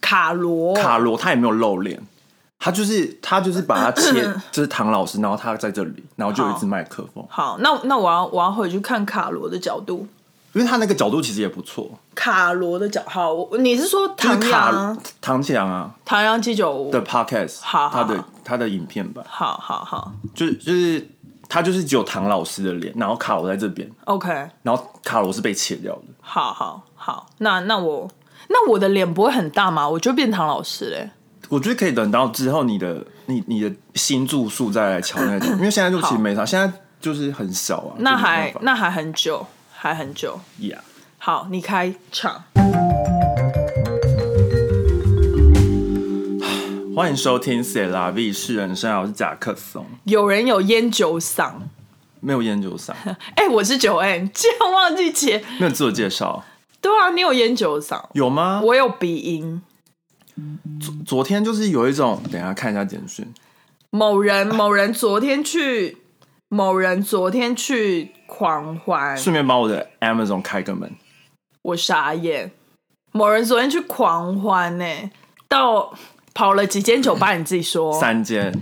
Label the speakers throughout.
Speaker 1: 卡罗，
Speaker 2: 卡罗他也没有露脸，他就是他就是把它 切，就是唐老师，然后他在这里，然后就有一
Speaker 1: 好
Speaker 2: 支麦克风，
Speaker 1: 好，那那我要我要回去看卡罗的角度，
Speaker 2: 因为他那个角度其实也不错，
Speaker 1: 卡罗的角好，我你是说
Speaker 2: 就是
Speaker 1: 唐
Speaker 2: 卡
Speaker 1: 阳
Speaker 2: 唐启阳啊
Speaker 1: 唐阳七九五？
Speaker 2: 的 podcast，
Speaker 1: 好好
Speaker 2: 他的
Speaker 1: 好
Speaker 2: 他的影片吧，
Speaker 1: 好好好
Speaker 2: 就是就是他就是只有唐老师的脸，然后卡罗在这边，
Speaker 1: ，OK，
Speaker 2: 然后卡罗是被切掉的，
Speaker 1: 好好好，那那我那我的脸不会很大吗？我就变唐老师嘞、
Speaker 2: 我觉得可以等到之后你的你你的新住宿再来瞧那 种，因为现在就其实没啥，现在就是很少啊，
Speaker 1: 那
Speaker 2: 就没
Speaker 1: 还
Speaker 2: 办法
Speaker 1: 那还很久，还很久。
Speaker 2: Yeah
Speaker 1: 好，你开场。
Speaker 2: 欢迎收听《写拉 V 是人生》，我是贾克松，
Speaker 1: 有人有烟酒嗓，
Speaker 2: 没有研究上，
Speaker 1: 哎、我是九 N，竟然忘记切。
Speaker 2: 没有自我介绍，
Speaker 1: 对啊，你有烟酒嗓，
Speaker 2: 有吗？
Speaker 1: 我有鼻音。
Speaker 2: 昨天就是有一种，等一下看一下简讯，
Speaker 1: 某 人某人昨天去，某人昨天去狂欢，
Speaker 2: 顺便帮我的 Amazon 开个门，
Speaker 1: 我傻眼。某人昨天去狂欢呢、到跑了几间酒吧，你自己说。
Speaker 2: 三间，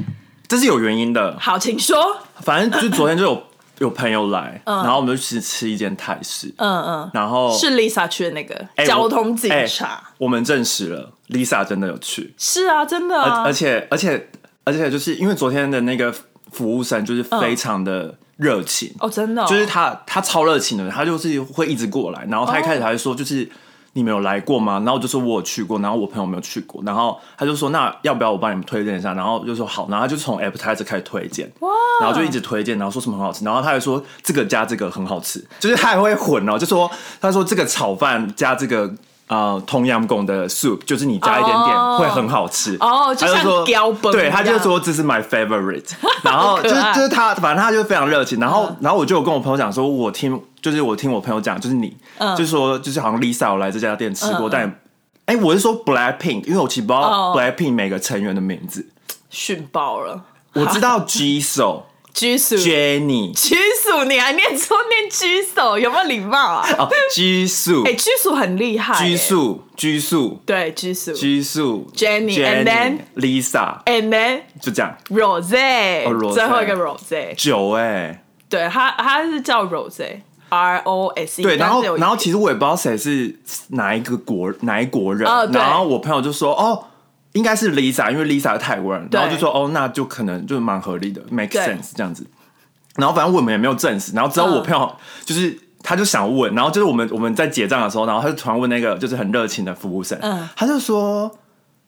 Speaker 2: 这是有原因的，
Speaker 1: 好，请说。
Speaker 2: 反正就昨天就有 有朋友来，
Speaker 1: 嗯
Speaker 2: 然后我们就去吃一间泰式，
Speaker 1: 嗯嗯，
Speaker 2: 然后
Speaker 1: 是 Lisa 去的那个、
Speaker 2: 哦哎我
Speaker 1: 交通警
Speaker 2: 哎
Speaker 1: 察。
Speaker 2: 我们证实了 Lisa 真的有去，
Speaker 1: 是啊，真的
Speaker 2: 而、
Speaker 1: 啊。
Speaker 2: 而且而且而且就是因为昨天的那个服务生就是
Speaker 1: 嗯
Speaker 2: 非常的热情，
Speaker 1: 哦，真的哦、
Speaker 2: 就是他他超热情的，他就是会一直过来，然后他一开始还说就是。你们有来过吗？然后我就说我有去过，然后我朋友没有去过，然后他就说那要不要我帮你们推荐一下？然后就说好，然后他就从 appetizer 开始推荐，
Speaker 1: 哇，
Speaker 2: 然后就一直推荐，然后说什么很好吃，然后他还说这个加这个很好吃，就是他还会混哦，就说他说这个炒饭加这个呃同阳拱的 soup，就是你加一点点
Speaker 1: 哦
Speaker 2: 会很好吃
Speaker 1: 哦就
Speaker 2: 他
Speaker 1: 像
Speaker 2: 说
Speaker 1: 标本一
Speaker 2: 对，
Speaker 1: 样
Speaker 2: 他就说这是 my favorite，然后就
Speaker 1: 可
Speaker 2: 是
Speaker 1: 爱嗯
Speaker 2: 就是他反正他就非常热情，然后然后我就有跟我朋友讲说，我听就是我听我朋友讲，就是你
Speaker 1: 嗯
Speaker 2: 就是说就是好像 Lisa 有来这家店吃过，但哎我是说 Blackpink，因为我其实不知道
Speaker 1: 哦
Speaker 2: Blackpink 每个成员的名字，
Speaker 1: 训爆了。
Speaker 2: 我知道 Jisoo、
Speaker 1: 居鼠，
Speaker 2: Jennie。
Speaker 1: 居鼠，你还念错念居手，有没有礼貌啊？
Speaker 2: 哦，拘束
Speaker 1: 哎、，居鼠很厉害、
Speaker 2: 拘
Speaker 1: 哎，
Speaker 2: 束，拘束，
Speaker 1: 对，居鼠
Speaker 2: 拘束
Speaker 1: Jenny, and then-
Speaker 2: Lisa，
Speaker 1: 哎，and then
Speaker 2: 就这样
Speaker 1: Rose，、
Speaker 2: 哦，Rose
Speaker 1: 最后一个 Rose，
Speaker 2: 九哎，
Speaker 1: 对他，他是叫 Rose，R O S E，
Speaker 2: 对，然
Speaker 1: 但是有
Speaker 2: 后然后其实我也不知道谁是哪一个国哪一国人
Speaker 1: 哦，对
Speaker 2: 然后我朋友就说哦。应该是 Lisa，因为 Lisa 是泰国人，
Speaker 1: 对
Speaker 2: 然后就说哦，那就可能就是蛮合理的，make
Speaker 1: 对
Speaker 2: sense 这样子。然后反正我们也没有证实，然后之后我
Speaker 1: 嗯
Speaker 2: 朋友就是、他就想问，然后就是我们我们在结账的时候，然后他就突然问那个就是很热情的服务生，
Speaker 1: 嗯
Speaker 2: 他就说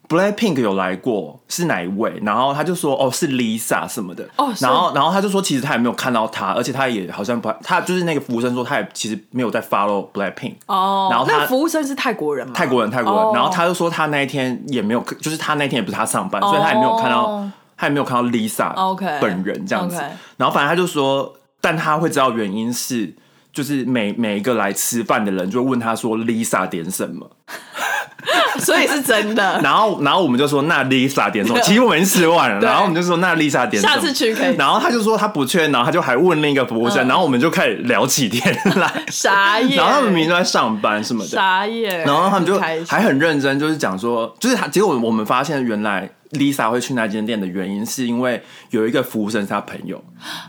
Speaker 2: Blackpink 有来过是哪一位？然后他就说哦是 Lisa 什么的，
Speaker 1: 哦是
Speaker 2: 然后然后他就说其实他也没有看到他，而且他也好像不他就是那个服务生说他也其实没有在 follow Blackpink，
Speaker 1: 哦，
Speaker 2: 然后他
Speaker 1: 那服务生是泰国人吗？
Speaker 2: 泰国人，泰国人。
Speaker 1: 哦
Speaker 2: 然后他就说他那一天也没有，就是他那一天也不是他上班，所以他也没有看到
Speaker 1: 哦，
Speaker 2: 他也没有看到 Lisa
Speaker 1: OK，
Speaker 2: 本人这样子
Speaker 1: OK。
Speaker 2: 然后反正他就说，但他会知道原因是，就是每每一个来吃饭的人就会问他说 Lisa 点什么，
Speaker 1: 所以是真的。
Speaker 2: 然后然后我们就说那 Lisa 点什么，其实我们已经吃完了，
Speaker 1: 对
Speaker 2: 然后我们就说那 Lisa 点什么，
Speaker 1: 下次去可以嗯
Speaker 2: 然后他就说他不确认，然后他就还问那个服务生，然后我们就开始聊起天 来，
Speaker 1: 傻眼，
Speaker 2: 然后他们明明都在上班什么的，
Speaker 1: 傻眼，
Speaker 2: 然后他们就
Speaker 1: 开心
Speaker 2: 还很认真，就是讲说，就是他结果我们发现原来 Lisa 会去那间店的原因，是因为有一个服务生是他朋友，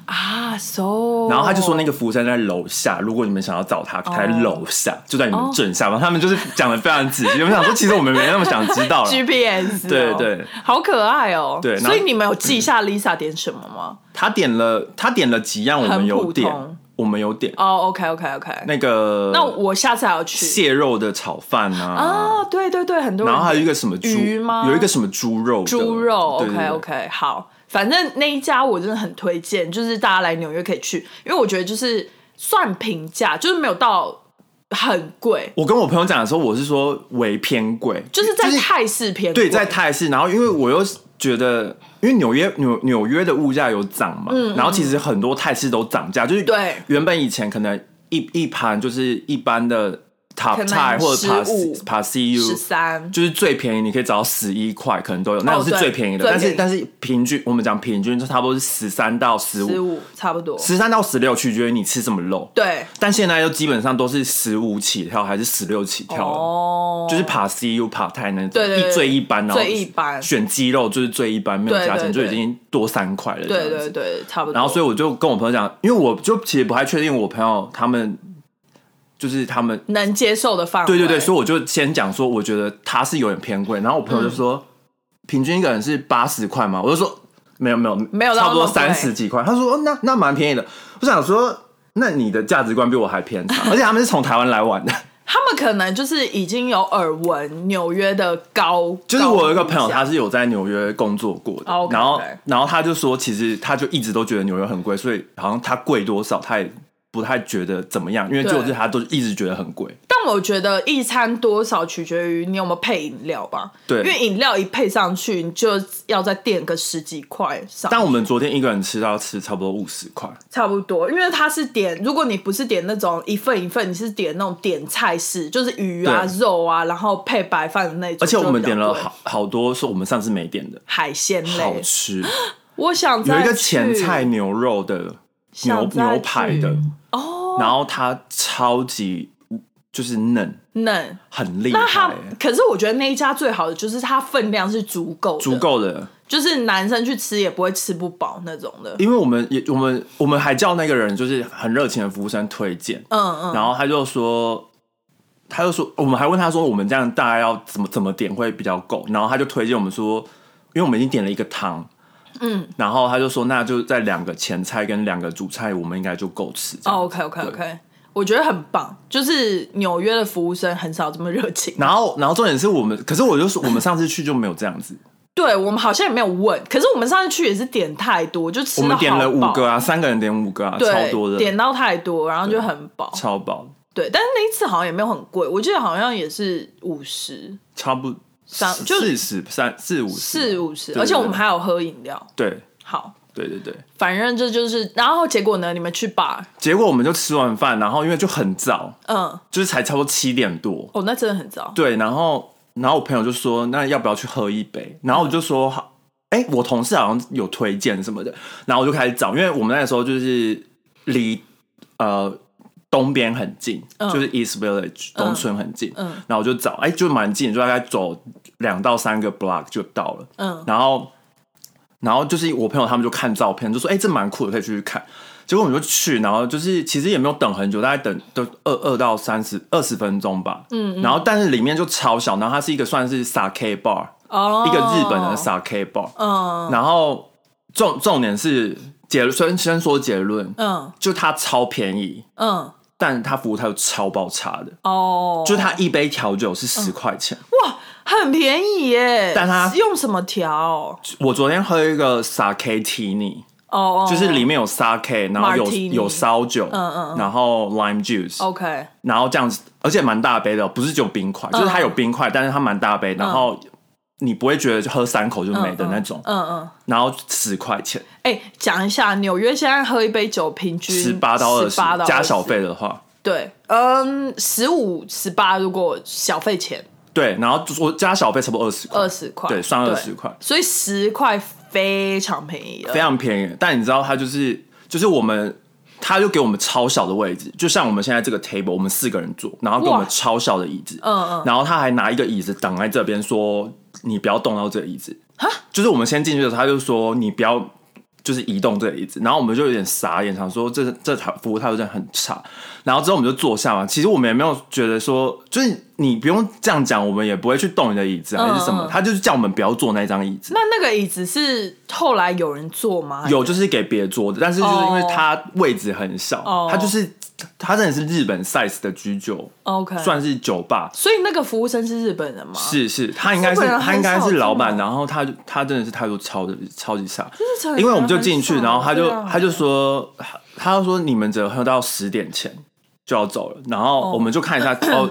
Speaker 1: 啊，so，
Speaker 2: 然后他就说那个服务生在楼下，如果你们想要找他，他在
Speaker 1: 哦
Speaker 2: 楼下，就在你们正下方。他们就是讲的非常仔细，我们想说其实我们没那么想知道 了。
Speaker 1: GPS，、哦、
Speaker 2: 对对，
Speaker 1: 好可爱哦。
Speaker 2: 对然后
Speaker 1: 所以你们有记下 Lisa 点什么吗？
Speaker 2: 他点了他点了几样，我们有点
Speaker 1: 很普通，
Speaker 2: 我们有点
Speaker 1: 哦、o k OK OK，
Speaker 2: 那个
Speaker 1: 那我下次还要去
Speaker 2: 蟹肉的炒饭啊，
Speaker 1: 啊，对对对，很多人点。
Speaker 2: 然后还有一个什么猪
Speaker 1: 鱼吗？
Speaker 2: 有一个什么猪肉的
Speaker 1: 猪肉
Speaker 2: 对对
Speaker 1: ，OK
Speaker 2: 对
Speaker 1: OK，好，反正那一家我真的很推荐，就是大家来纽约可以去，因为我觉得就是算平价，就是没有到很贵，
Speaker 2: 我跟我朋友讲的时候，我是说为偏贵，
Speaker 1: 就是在泰式偏贵
Speaker 2: 对在泰式，然后因为我又觉得，因为纽约纽纽约的物价有涨嘛，然后其实很多泰式都涨价，就是
Speaker 1: 嗯对
Speaker 2: 原本以前可能一一盘就是一般的
Speaker 1: 可
Speaker 2: Top
Speaker 1: 能
Speaker 2: Thai 或者 Par
Speaker 1: 15
Speaker 2: Par CU
Speaker 1: 十三，
Speaker 2: 就是最便宜，你可以找到十一块，可能都有，那
Speaker 1: 哦
Speaker 2: 个是
Speaker 1: 对
Speaker 2: 最便宜的。
Speaker 1: 最
Speaker 2: 但
Speaker 1: 便
Speaker 2: 是
Speaker 1: 宜
Speaker 2: 但是平均，我们讲平均就差不多是十三到十
Speaker 1: 十
Speaker 2: 五，
Speaker 1: 五差不多。
Speaker 2: 十三到十六取决于你吃什么肉。
Speaker 1: 对，
Speaker 2: 但现在就基本上都是十五起跳还是十六起跳了，
Speaker 1: 哦，
Speaker 2: 就是爬 CU 爬泰那种，
Speaker 1: 对对对
Speaker 2: 一最一般，然后
Speaker 1: 最一般
Speaker 2: 选鸡肉就是最一般，没有
Speaker 1: 对
Speaker 2: 加钱
Speaker 1: 对
Speaker 2: 就
Speaker 1: 对
Speaker 2: 已经多三块了。
Speaker 1: 对对。对，差不多。
Speaker 2: 然后所以我就跟我朋友讲，因为我就其实不太确定我朋友他们就是他们
Speaker 1: 能接受的范围，
Speaker 2: 对对对，所以我就先讲说，我觉得它是有点偏贵。然后我朋友就
Speaker 1: 嗯
Speaker 2: 说，平均一个人是八十块嘛，我就说没有没有
Speaker 1: 没有到
Speaker 2: 差不多
Speaker 1: 那么
Speaker 2: 三
Speaker 1: 贵
Speaker 2: 十几块。他说、哦、那那蛮便宜的。我想说，那你的价值观比我还偏 差，而且他们是从台湾来玩的。
Speaker 1: 他们可能就是已经有耳闻纽约的高，
Speaker 2: 就是我有一个朋友，
Speaker 1: 高物价
Speaker 2: 他是有在纽约工作过的，
Speaker 1: 哦，OK，
Speaker 2: 然后
Speaker 1: OK
Speaker 2: 然后他就说，其实他就一直都觉得纽约很贵，所以好像他贵多少，他也不太觉得怎么样，因为
Speaker 1: 对
Speaker 2: 就是他都一直觉得很贵。
Speaker 1: 但我觉得一餐多少取决于你有没有配饮料吧。
Speaker 2: 对
Speaker 1: 因为饮料一配上去，你就要再垫个十几块上，
Speaker 2: 但我们昨天一个人吃到吃差不多五十块，
Speaker 1: 差不多。因为它是点，如果你不是点那种一份一份，你是点那种点菜式，就是鱼啊、
Speaker 2: 对
Speaker 1: 肉啊，然后配白饭的那种。
Speaker 2: 而且我们点了
Speaker 1: 就比较贵
Speaker 2: 好好多是我们上次没点的，
Speaker 1: 海鲜
Speaker 2: 好
Speaker 1: 类，
Speaker 2: 吃，
Speaker 1: 我想再
Speaker 2: 有一个
Speaker 1: 去
Speaker 2: 前菜牛肉的牛
Speaker 1: 想再
Speaker 2: 牛排的
Speaker 1: 去，
Speaker 2: 哦，然后它超级就是嫩，
Speaker 1: 嫩。
Speaker 2: 很厉
Speaker 1: 那它
Speaker 2: 害，
Speaker 1: 可是我觉得那一家最好的就是它分量是足够的，
Speaker 2: 足够的。
Speaker 1: 就是男生去吃也不会吃不饱那种的。
Speaker 2: 因为我们也我们我们还叫那个人就是很热情的服务生推荐，
Speaker 1: 嗯嗯，
Speaker 2: 然后他就说，他就说我们还问他说我们这样大概要怎么怎么点会比较够，然后他就推荐我们说，因为我们已经点了一个汤。嗯，然后他就说，那就在两个前菜跟两个主菜，我们应该就够吃。这样
Speaker 1: 哦，OK OK OK，我觉得很棒，就是纽约的服务生很少这么热情。
Speaker 2: 然后，然后重点是我们，可是我就说，我们上次去就没有这样子，
Speaker 1: 对我们好像也没有问，可是我们上次去也是点太多，就吃
Speaker 2: 我
Speaker 1: 得
Speaker 2: 们点了
Speaker 1: 好
Speaker 2: 五
Speaker 1: 饱
Speaker 2: 个，啊，三个人点五个啊，
Speaker 1: 对，
Speaker 2: 超多的，
Speaker 1: 点到太多，然后就很饱。
Speaker 2: 超饱，
Speaker 1: 对，但是那一次好像也没有很贵，我记得好像也是五十
Speaker 2: 差不
Speaker 1: 三就
Speaker 2: 四十三四五十
Speaker 1: 四五十，
Speaker 2: 对
Speaker 1: 而且我们
Speaker 2: 对
Speaker 1: 还有喝饮料。
Speaker 2: 对
Speaker 1: 好，
Speaker 2: 对对对。
Speaker 1: 反正这就是，然后结果呢？你们去 bar，
Speaker 2: 结果我们就吃完饭，然后因为就很早，
Speaker 1: 嗯，
Speaker 2: 就是才差不多七点多，
Speaker 1: 哦，那真的很早。
Speaker 2: 对，然后然后我朋友就说，那要不要去喝一杯？然后我就说，好，哎，我同事好像有推荐什么的，然后我就开始找，因为我们那时候就是离呃东边很近，
Speaker 1: 嗯
Speaker 2: 就是 East Village 东村很近，
Speaker 1: 嗯
Speaker 2: 然后我就找，哎，就蛮近，就大概走两到三个 block 就到了，
Speaker 1: 嗯，
Speaker 2: 然后，然后就是我朋友他们就看照片，就说：“哎、这蛮酷的，可以去看。”结果我们就去，然后就是其实也没有等很久，大概等都二二到三十二十分钟吧。嗯然后但是里面就超小，然后它是一个算是 sake bar，、
Speaker 1: 哦，
Speaker 2: 一个日本的 sake bar。
Speaker 1: 嗯
Speaker 2: 然后重重点是结论，先先说结论，
Speaker 1: 嗯
Speaker 2: 就它超便宜，
Speaker 1: 嗯，
Speaker 2: 但它服务态度超爆差的，
Speaker 1: 哦，
Speaker 2: 就是它一杯调酒是
Speaker 1: 嗯
Speaker 2: 十块钱。
Speaker 1: 哇，很便宜耶！
Speaker 2: 但它
Speaker 1: 用什么调？哦
Speaker 2: 我昨天喝一个 sake tini。
Speaker 1: 哦，
Speaker 2: 就是里面有 sake，然后有
Speaker 1: Martini
Speaker 2: 有烧酒，
Speaker 1: 嗯嗯哦
Speaker 2: 然后 lime juice，、
Speaker 1: OK，
Speaker 2: 然后这样子，而且蛮大杯的，哦不是只有冰块，就是它
Speaker 1: 嗯
Speaker 2: 有冰块，但是它蛮大杯，然后你不会觉得就喝三口就没的那种，
Speaker 1: 嗯嗯，
Speaker 2: 然后十块钱，
Speaker 1: 哎，讲一下纽约现在喝一杯酒平均
Speaker 2: 十八到二十
Speaker 1: 18到20
Speaker 2: 加小，费的话，
Speaker 1: 对，嗯，十五十八如果小费钱
Speaker 2: 对，然后我加小费差不多二十块
Speaker 1: 二，十块，
Speaker 2: 对，算二十块，
Speaker 1: 所以十块非常便宜了
Speaker 2: 非。常便宜。但你知道它就是就是我们。他就给我们超小的位置，就像我们现在这个 table，我们四个人坐，然后给我们
Speaker 1: 哇
Speaker 2: 超小的椅子，
Speaker 1: 嗯嗯，
Speaker 2: 然后他还拿一个椅子挡在这边，说你不要动到这个椅子。就是我们先进去的时候，他就说你不要就是移动这个椅子，然后我们就有点傻眼，想说这这台服务态度真的很差。然后之后我们就坐下嘛，其实我们也没有觉得说，就是你不用这样讲，我们也不会去动你的椅子啊
Speaker 1: 嗯
Speaker 2: 还是什么。
Speaker 1: 嗯
Speaker 2: 他就是叫我们不要坐那张椅子。
Speaker 1: 那那个椅子是后来有人坐吗？
Speaker 2: 有就是给别桌的，但是就是因为
Speaker 1: 哦
Speaker 2: 它位置很小，
Speaker 1: 哦
Speaker 2: 它就是它真的是日本 size 的居酒，
Speaker 1: OK，
Speaker 2: 算是酒吧，
Speaker 1: 所以那个服务生是日本人吗？，
Speaker 2: 是是，他应该是
Speaker 1: 啊日本人
Speaker 2: 他应该
Speaker 1: 很少
Speaker 2: 是老板，
Speaker 1: 这么
Speaker 2: 然后他他真的是态度超级超级差，
Speaker 1: 真的啊
Speaker 2: 因为我们就进去，
Speaker 1: 很少
Speaker 2: 然后他就
Speaker 1: 这样
Speaker 2: 他就说 他就说你们只能喝到十点前就要走了，然后我们就看一下哦，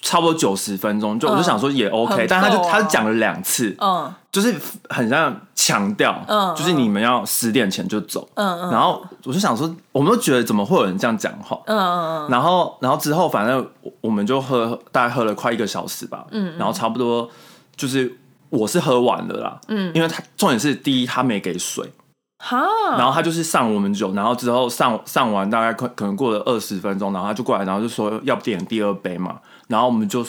Speaker 2: 差不多九十分钟，就我就想说也 OK，、
Speaker 1: 嗯很
Speaker 2: 但他就
Speaker 1: 够啊
Speaker 2: 他就讲了两次，
Speaker 1: 嗯，
Speaker 2: 就是很像强调，
Speaker 1: 嗯
Speaker 2: 就是你们要十点前就走，
Speaker 1: 嗯
Speaker 2: 然后我就想说，我们都觉得怎么会有人这样讲话，
Speaker 1: 嗯嗯
Speaker 2: 然后，然后之后，反正我我们就喝，大概喝了快一个小时吧。嗯，然后差不多就是我是喝完了啦。嗯，因为他重点是第一他没给水，
Speaker 1: 哈，
Speaker 2: 然后他就是上我们酒，然后之后上上完大概可可能过了二十分钟，然后他就过来，然后就说要不点第二杯嘛，然后我们就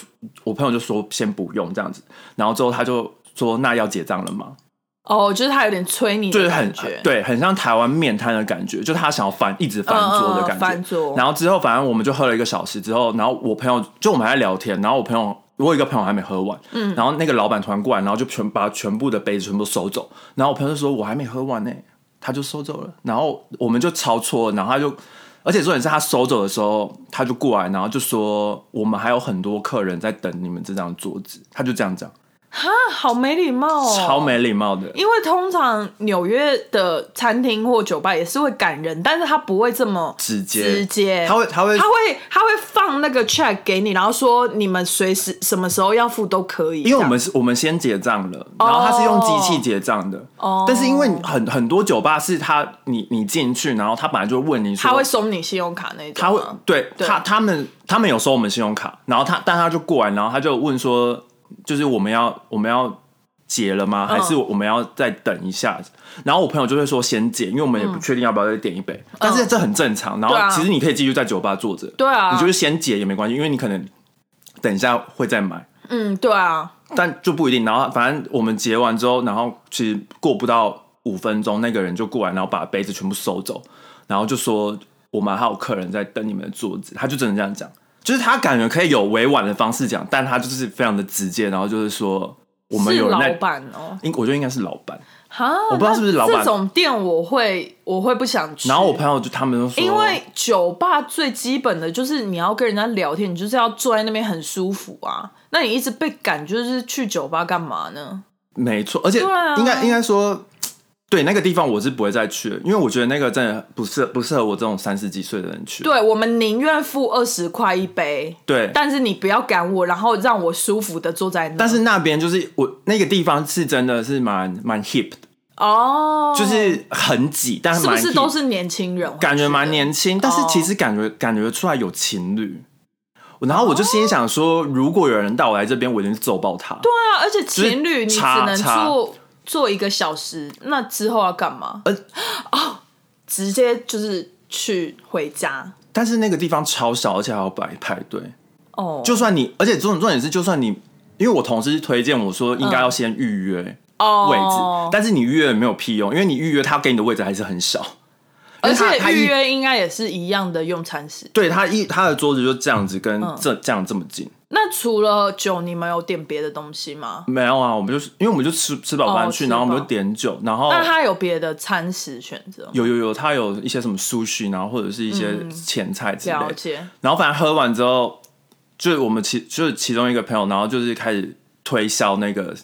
Speaker 2: 我朋友就说先不用这样子，然后之后他就说那要结账了吗？
Speaker 1: 哦，就是他有点催你
Speaker 2: 就
Speaker 1: 的
Speaker 2: 是很
Speaker 1: 感觉，
Speaker 2: 对，很像台湾面摊的感觉，就他想要翻一直翻桌的感
Speaker 1: 嗯
Speaker 2: 觉。
Speaker 1: 嗯嗯翻桌
Speaker 2: 然后之后，反正我们就喝了一个小时之后，然后我朋友就我们还在聊天，然后我朋友我有一个朋友还没喝完，嗯，然后那个老板突然过来，然后就全把全部的杯子全部收走，然后我朋友就说我还没喝完呢、他就收走了，然后我们就超错，然后他就。而且重点是他收走的时候，他就过来，然后就说：“我们还有很多客人在等你们这张桌子。”他就这样讲，
Speaker 1: 哈，好没礼貌哦，
Speaker 2: 超。没礼貌的。
Speaker 1: 因为通常纽约的餐厅或酒吧也是会赶人，但是他不会这么
Speaker 2: 直接
Speaker 1: 直接，
Speaker 2: 他会他会
Speaker 1: 他会他会放那个 check 给你，然后说你们随时什么时候要付都可以。
Speaker 2: 因为我们是我们先结账了，然后他是用机器结账的。
Speaker 1: 哦
Speaker 2: 但是因为很很多酒吧是他你你进去，然后他本来就问你
Speaker 1: 这样他
Speaker 2: 说
Speaker 1: 会，收你信用卡那种吗，啊
Speaker 2: 他会对
Speaker 1: 对
Speaker 2: 他他们他们有收我们信用卡，然后他但他就过来，然后他就问说，就是我们要我们要结了吗？
Speaker 1: 嗯
Speaker 2: 还是我们要再等一下？然后我朋友就会说先结，因为我们也不确定要不要再点一杯，但是这很正常。然后
Speaker 1: 嗯对啊
Speaker 2: 其实你可以继续在酒吧坐着，
Speaker 1: 对啊
Speaker 2: 你就是先结也没关系，因为你可能等一下会再买。
Speaker 1: 嗯对啊，
Speaker 2: 但就不一定。然后反正我们结完之后，然后其实过不到五分钟，那个人就过来，然后把杯子全部收走，然后就说我们还有客人在等你们的桌子，他就真的这样讲，就是他感觉可以有委婉的方式讲，但他就是非常的直接，然后就是说我们
Speaker 1: 是
Speaker 2: 有
Speaker 1: 老
Speaker 2: 那。
Speaker 1: 板哦，
Speaker 2: 应我觉得应该是老板，
Speaker 1: 哈，我
Speaker 2: 不知道是不是老板
Speaker 1: 这种店我会我会不想去，
Speaker 2: 然后我朋友就他们就说，
Speaker 1: 因为酒吧最基本的就是你要跟人家聊天，你就是要坐在那边很舒服啊。那你一直被赶，就是去酒吧干嘛呢？
Speaker 2: 没错，而且
Speaker 1: 对啊
Speaker 2: 应该、应该说，对那个地方我是不会再去了，因为我觉得那个真的不适不适合我这种三十几岁的人去。
Speaker 1: 对我们宁愿付二十块一杯，
Speaker 2: 对，
Speaker 1: 但是你不要赶我，然后让我舒服的坐在那。
Speaker 2: 但是那边就是我那个地方是真的是蛮蛮 hip 的，
Speaker 1: 哦，
Speaker 2: 就是很挤，但
Speaker 1: 是
Speaker 2: 蛮
Speaker 1: 不
Speaker 2: hip,
Speaker 1: 是都是年轻人？
Speaker 2: 感觉蛮年轻，但是
Speaker 1: 哦
Speaker 2: 其实感觉、感觉出来有情侣。然后我就心里想说，如果有人带我来这边，我一定是揍爆他。对，
Speaker 1: 哦对啊，而且情侣你
Speaker 2: 就是
Speaker 1: 只
Speaker 2: 差
Speaker 1: 能
Speaker 2: 差
Speaker 1: 坐坐一个小时，那之后要干嘛？
Speaker 2: 呃
Speaker 1: 哦，直接就是去回家
Speaker 2: 但是那个地方超小，而且还要摆派对。
Speaker 1: 哦，
Speaker 2: 就算你，而且重重点是，就算你，因为我同事推荐我说应该要先预约位置，
Speaker 1: 嗯哦
Speaker 2: 但是你预约也没有屁用，因为你预约他给你的位置还是很少。
Speaker 1: 而
Speaker 2: 因为他
Speaker 1: 且
Speaker 2: 他一
Speaker 1: 预约应该也是一样的用餐时。
Speaker 2: 对他一他的桌子就这样子跟
Speaker 1: 嗯
Speaker 2: 这、这样这么近。
Speaker 1: 那除了酒，你们有点别的东西吗？
Speaker 2: 没有啊，我们就是因为我们就吃吃饱饭
Speaker 1: 哦
Speaker 2: 去，
Speaker 1: 吃
Speaker 2: 然后我们
Speaker 1: 饱
Speaker 2: 就点酒，然后
Speaker 1: 那它有别的餐食选择吗？
Speaker 2: 有有有，他有一些什么苏轼，然后或者是一些前菜之类
Speaker 1: 嗯了
Speaker 2: 的。
Speaker 1: 解，
Speaker 2: 然后反正喝完之后，就是我们其就是其中一个朋友，然后就是开始推销那个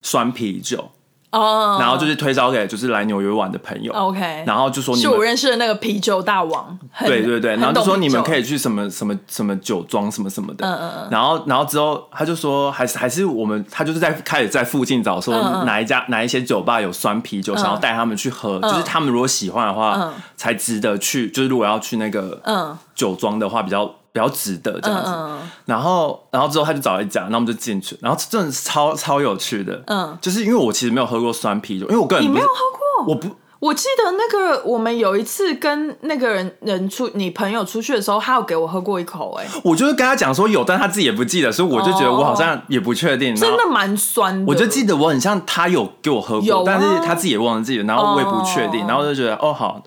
Speaker 2: 酸啤酒，
Speaker 1: 哦，
Speaker 2: 然后就是推销给就是来纽约玩的朋友。
Speaker 1: OK，
Speaker 2: 然后就说你
Speaker 1: 是我
Speaker 2: 们
Speaker 1: 认识的那个啤酒大王，很
Speaker 2: 对对对，
Speaker 1: 很
Speaker 2: 然后就
Speaker 1: 懂
Speaker 2: 说你们
Speaker 1: 啤酒
Speaker 2: 可以去什么什么什么酒庄什么什么的，
Speaker 1: 嗯嗯
Speaker 2: 然后然后之后他就说还是还是我们他就是在开始在附近找说
Speaker 1: 嗯嗯
Speaker 2: 哪一家、哪一些酒吧有酸啤酒，想要带他们去喝，就是他们如果喜欢的话、
Speaker 1: 嗯
Speaker 2: 才值得去，就是如果要去那个
Speaker 1: 嗯
Speaker 2: 酒庄的话比较比较值得这
Speaker 1: 嗯
Speaker 2: 样子。
Speaker 1: 嗯
Speaker 2: 然后，然后之后他就找一家，然后我们就进去，然后真的是超超有趣的，
Speaker 1: 嗯
Speaker 2: 就是因为我其实没有喝过酸啤酒，因为我个
Speaker 1: 嗯，
Speaker 2: 人
Speaker 1: 你
Speaker 2: 不
Speaker 1: 没
Speaker 2: 是
Speaker 1: 有喝过？
Speaker 2: 我不
Speaker 1: 我记得那个，我们有一次跟那个人人出，你朋友出去的时候，他有给我喝过一口、哎，
Speaker 2: 我就是跟他讲说有，但他自己也不记得，所以我就觉得我好像也不确定。然
Speaker 1: 真
Speaker 2: 后
Speaker 1: 的蛮酸的。
Speaker 2: 我就记得我很像他有给我喝过，
Speaker 1: 有啊
Speaker 2: 但是他自己也忘记了，然后我也不确定，
Speaker 1: 哦
Speaker 2: 然后就觉得哦好，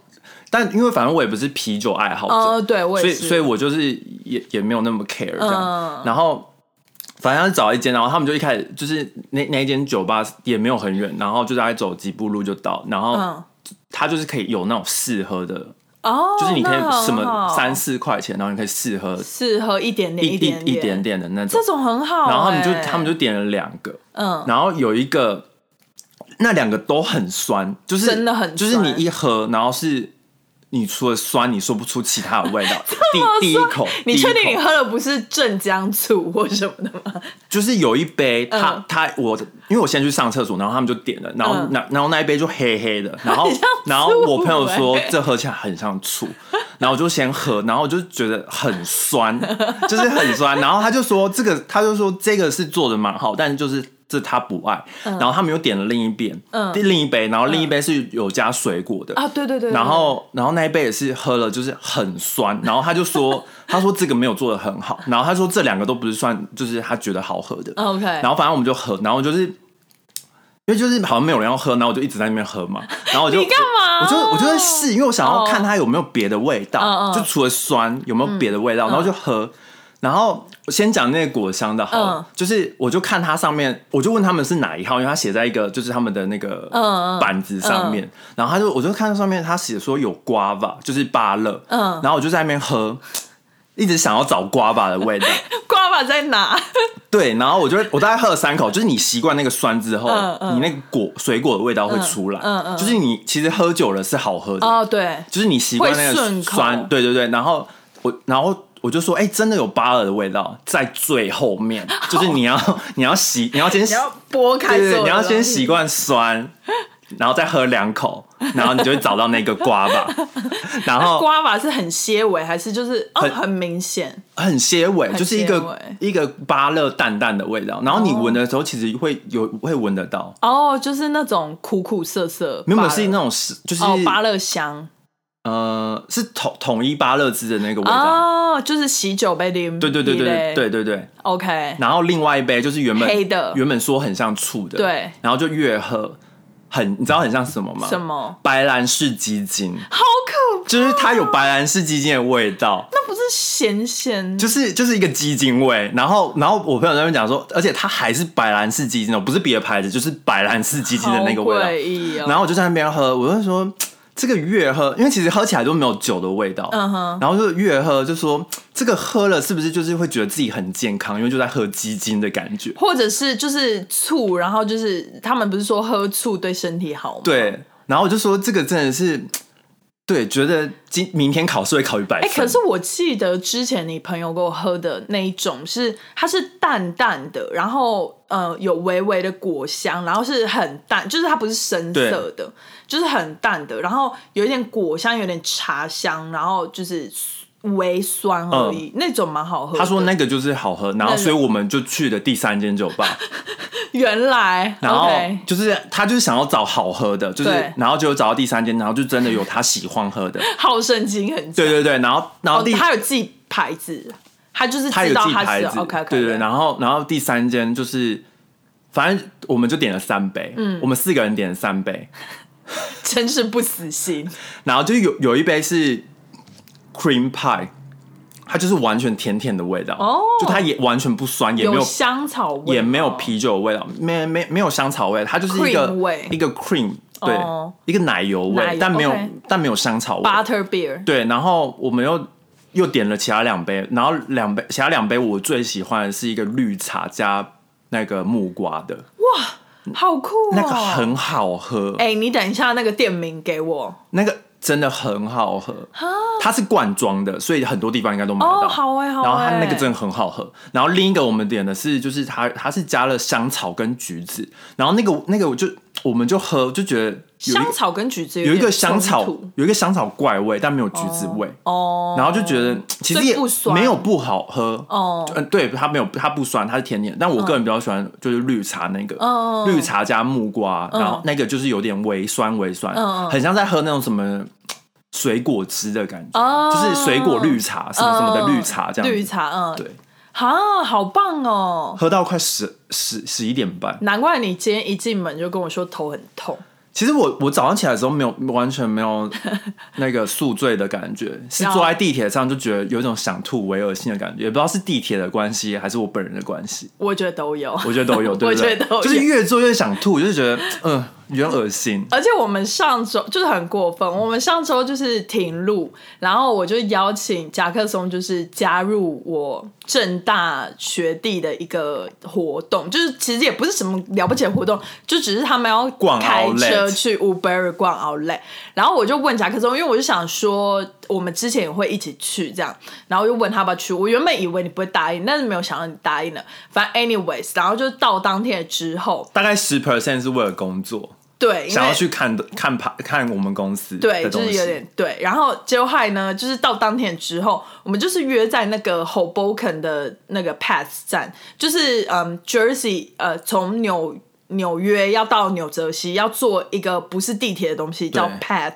Speaker 2: 但因为反正我也不是啤酒爱好者，
Speaker 1: 呃，对，我
Speaker 2: 所
Speaker 1: 也
Speaker 2: 以
Speaker 1: 是，
Speaker 2: 所以我就是也也没有那么 care 这样。
Speaker 1: 嗯
Speaker 2: 然后反正他找一间，然后他们就一开始就是那那一间酒吧也没有很远，然后就大概走几步路就到，然后
Speaker 1: 嗯，
Speaker 2: 他就是可以有那种试喝的，
Speaker 1: 哦，
Speaker 2: 就是你可以
Speaker 1: 那很
Speaker 2: 什么
Speaker 1: 好
Speaker 2: 三四块钱，然后你可以试喝
Speaker 1: 适合一点点
Speaker 2: 一
Speaker 1: 点
Speaker 2: 一点，点的那种
Speaker 1: 这。种很好、
Speaker 2: 然后他们就
Speaker 1: 哎
Speaker 2: 他们就点了两个，
Speaker 1: 嗯
Speaker 2: 然后有一个那两个都很酸，就是
Speaker 1: 真的很酸
Speaker 2: 就是你一喝，然后是你除了酸，你说不出其他的 味道。第第一口，
Speaker 1: 你
Speaker 2: 第一
Speaker 1: 确定你
Speaker 2: 口
Speaker 1: 喝的不是镇江醋或 什么的吗？
Speaker 2: 就是有一杯，他、
Speaker 1: 嗯
Speaker 2: 他我，因为我先去上厕所，然后他们就点了，然后
Speaker 1: 嗯
Speaker 2: 那、然后那一杯就黑黑 的，然后
Speaker 1: 很像 醋
Speaker 2: 然后我朋友说
Speaker 1: 欸
Speaker 2: 这喝起来很像醋，然后我就先喝，然后我就觉得很酸， 就是很酸，然后他就说这个，他就说这个是做的蛮好，但就是。这他不爱，然后他们又点了另一遍，
Speaker 1: 嗯
Speaker 2: 另一杯，然后另一杯是有加水果的，
Speaker 1: 啊，对对对对
Speaker 2: 然后，然后那一杯也是喝了，就是很酸。然后他就 说，他说这个没有做的很好。然后他说这两个都不是算，就是他觉得好喝的。
Speaker 1: OK
Speaker 2: 然后反正我们就喝，然后就是因为就是好像没有人要喝，然后我就一直在那边喝嘛。然后我就
Speaker 1: 你干嘛
Speaker 2: 我就我就在试，因为我想要
Speaker 1: 哦
Speaker 2: 看它有没有别的味道，
Speaker 1: 嗯嗯嗯
Speaker 2: 就除了酸有没有别的味道，然后就喝。然后我先讲那个果香的好了，
Speaker 1: 嗯
Speaker 2: 就是我就看它上面，我就问他们是哪一号，因为它写在一个就是他们的那个
Speaker 1: 嗯嗯
Speaker 2: 板子上面，然后他就我就看到上面他写说有瓜吧，就是芭乐，
Speaker 1: 嗯
Speaker 2: 然后我就在那边喝，一直想要找瓜吧的味道，
Speaker 1: 瓜吧在哪？
Speaker 2: 对，然后我就我大概喝了三口，就是你习惯那个酸之后，
Speaker 1: 嗯嗯
Speaker 2: 你那个果水果的味道会出来，
Speaker 1: 嗯嗯嗯
Speaker 2: 就是你其实喝酒了是好喝的，
Speaker 1: 哦，对，
Speaker 2: 就是你习惯那
Speaker 1: 会顺
Speaker 2: 个
Speaker 1: 口
Speaker 2: 酸，对对对。然后我，然后我就说，哎、真的有巴尔的味道在最后 面，就是你要你要习，你要先
Speaker 1: 你要剥开
Speaker 2: 对对对，
Speaker 1: 所有，
Speaker 2: 你要先习。惯酸，然后再喝两口，然后你就会找到那个瓜 吧。然后
Speaker 1: 瓜吧是很些微，还是就是哦
Speaker 2: 很
Speaker 1: 很明显？
Speaker 2: 很些尾，
Speaker 1: 很
Speaker 2: 就是一
Speaker 1: 些
Speaker 2: 个
Speaker 1: 尾
Speaker 2: 一个芭乐淡淡的味道，然后你
Speaker 1: 哦
Speaker 2: 闻的时候其实会有会闻得到，
Speaker 1: 哦，就是那种苦苦涩涩，
Speaker 2: 没有没有
Speaker 1: 芭乐
Speaker 2: 是那种是就是、
Speaker 1: 哦芭乐香
Speaker 2: 呃是统统一芭乐汁的那个味道。
Speaker 1: 哦，就是喜酒被淋。
Speaker 2: 对对对
Speaker 1: 一
Speaker 2: 对
Speaker 1: 类
Speaker 2: 对对对，
Speaker 1: ，OK，
Speaker 2: 然后另外一杯就是原本
Speaker 1: 黑的
Speaker 2: 原本说很像醋的，
Speaker 1: 对，
Speaker 2: 然后就越喝很，你知道很像什么吗？
Speaker 1: 什？么？
Speaker 2: 白兰氏鸡精，
Speaker 1: 好可怕，
Speaker 2: 就是它有白兰氏鸡精的味道，
Speaker 1: 那不是咸咸，
Speaker 2: 就是就是一个鸡精味。然后然后我朋友在那边讲说，而且它还是白兰氏鸡精哦，不是别的牌子，就是白兰氏鸡精的那个味
Speaker 1: 好诡
Speaker 2: 道。
Speaker 1: 异哦。
Speaker 2: 然后我就在那边喝，我就说。这个越喝，因为其实喝起来都没有酒的味道，
Speaker 1: 嗯哼
Speaker 2: 然后就越喝就说这个喝了是不是就是会觉得自己很健康，因为就在喝鸡精的感觉。
Speaker 1: 或者是就是醋，然后就是他们不是说喝醋对身体好吗？，
Speaker 2: 对，然后我就说这个真的是，对，觉得今明天考试会考一百
Speaker 1: 哎、
Speaker 2: 分。
Speaker 1: 可是我记得之前你朋友给我喝的那一种是，它是淡淡的，然后呃有微微的果香，然后是很淡，就是它不是深色的，就是很淡的，然后有一点果香，有点茶香，然后就是微酸而已，那种蛮好喝
Speaker 2: 嗯
Speaker 1: 的。
Speaker 2: 他说那个就是好喝，然后
Speaker 1: 那个
Speaker 2: 所以我们就去了第三间酒 吧，
Speaker 1: 原来，
Speaker 2: 然后
Speaker 1: OK
Speaker 2: 就是他就是想要找好喝的，就是
Speaker 1: 对
Speaker 2: 然后就找到第三间，然后就真的有他喜欢喝 的，
Speaker 1: 好胜心很强，
Speaker 2: 对对对，然后然后
Speaker 1: 哦
Speaker 2: 第、，
Speaker 1: 他有自己牌子，他就是
Speaker 2: 他有
Speaker 1: 知道
Speaker 2: 自己
Speaker 1: 他
Speaker 2: 牌
Speaker 1: 是哦
Speaker 2: 子
Speaker 1: OK OK，
Speaker 2: 对对，然后然后第三间就是。反正我们就点了三杯，嗯，我们四个人点了三杯，
Speaker 1: 真是不死心。
Speaker 2: 然后就有有一杯是 cream pie，它就是完全甜甜的味道，
Speaker 1: 哦
Speaker 2: 就它也完全不酸，也没有
Speaker 1: 香草味吗，
Speaker 2: 也没有啤酒的味道，没没没有香草味，它就是一个
Speaker 1: Cream 味
Speaker 2: 一个 cream，对，
Speaker 1: 哦
Speaker 2: 一个奶油味，
Speaker 1: 奶油
Speaker 2: 但没有
Speaker 1: OK
Speaker 2: 但没有香草味，
Speaker 1: butter beer，
Speaker 2: 对，然后我们又。又点了其他两杯，然后两杯其他两杯我最喜欢的是一个绿茶加那个木瓜的，
Speaker 1: 好酷哦！
Speaker 2: 那个很好喝，
Speaker 1: 哎，你等一下那个店名给我
Speaker 2: 那个真的很好喝，它是罐装的，所以很多地方应该都买得到。
Speaker 1: 哦，好哎，好哎，
Speaker 2: 然后它那个真的很好喝。然后另一个我们点的是，就是它它是加了香草跟橘子，然后那个那个我就我们就喝就觉得有一
Speaker 1: 香草跟橘子
Speaker 2: 有一个
Speaker 1: 点
Speaker 2: 香
Speaker 1: 冲
Speaker 2: 草
Speaker 1: 突
Speaker 2: 有一个香草怪味，但没有橘子味。
Speaker 1: 哦，
Speaker 2: 然后就觉得其实
Speaker 1: 所以
Speaker 2: 也
Speaker 1: 不酸
Speaker 2: 没有不好喝
Speaker 1: 哦
Speaker 2: 嗯，对，它没有它不酸，它是甜点。但我个人比较喜欢就是绿茶那个，
Speaker 1: 嗯
Speaker 2: 绿茶加木瓜，
Speaker 1: 嗯
Speaker 2: 然后那个就是有点微酸微酸，
Speaker 1: 嗯嗯
Speaker 2: 很像在喝那种什么水果汁的感觉，
Speaker 1: 哦
Speaker 2: 就是水果绿茶什么什么的绿茶这样子。
Speaker 1: 绿茶，嗯，
Speaker 2: 对，
Speaker 1: 啊，好棒哦！
Speaker 2: 喝到快十十十一点半。
Speaker 1: 难怪你今天一进门就跟我说头很痛，
Speaker 2: 其实我我早上起来的时候没有完全没 有那个宿醉的感觉，是坐在地铁上就觉得有一种想吐为恶心的感觉，也不知道是地铁的关系还是我本人的关系，
Speaker 1: 我觉得都有，
Speaker 2: 我觉得都有，对不对？
Speaker 1: 我觉得都有
Speaker 2: 就是越坐越想吐，就是觉得嗯、有点恶心。
Speaker 1: 而且我们上周就是很过分，我们上周就是停录，然后我就邀请夹克松，就是加入我正大学弟的一个活动，就是其实也不是什么了不起的活动，就只是他们要
Speaker 2: 逛
Speaker 1: 开
Speaker 2: outlet
Speaker 1: 车去 Uber 逛 Outlet，然后我就问夹克松，因为我就想说我们之前也会一起去这样，然后我就问他要不要去，我原本以为你不会答应，但是没有想到你答应了，反正 anyways，然后就到当天之后，
Speaker 2: 大概十 percent 是为了工作，
Speaker 1: 对，因为
Speaker 2: 想要去看的看盘看我们公司
Speaker 1: 对，
Speaker 2: 的
Speaker 1: 就
Speaker 2: 东
Speaker 1: 是有
Speaker 2: 西。
Speaker 1: 点对。然后结果害呢，就是到当天之后，我们就是约在那个 Hoboken 的那个 Pass 站，就是嗯 Jersey 呃从纽纽约要到纽泽西，要坐一个不是地铁的东西叫 Path，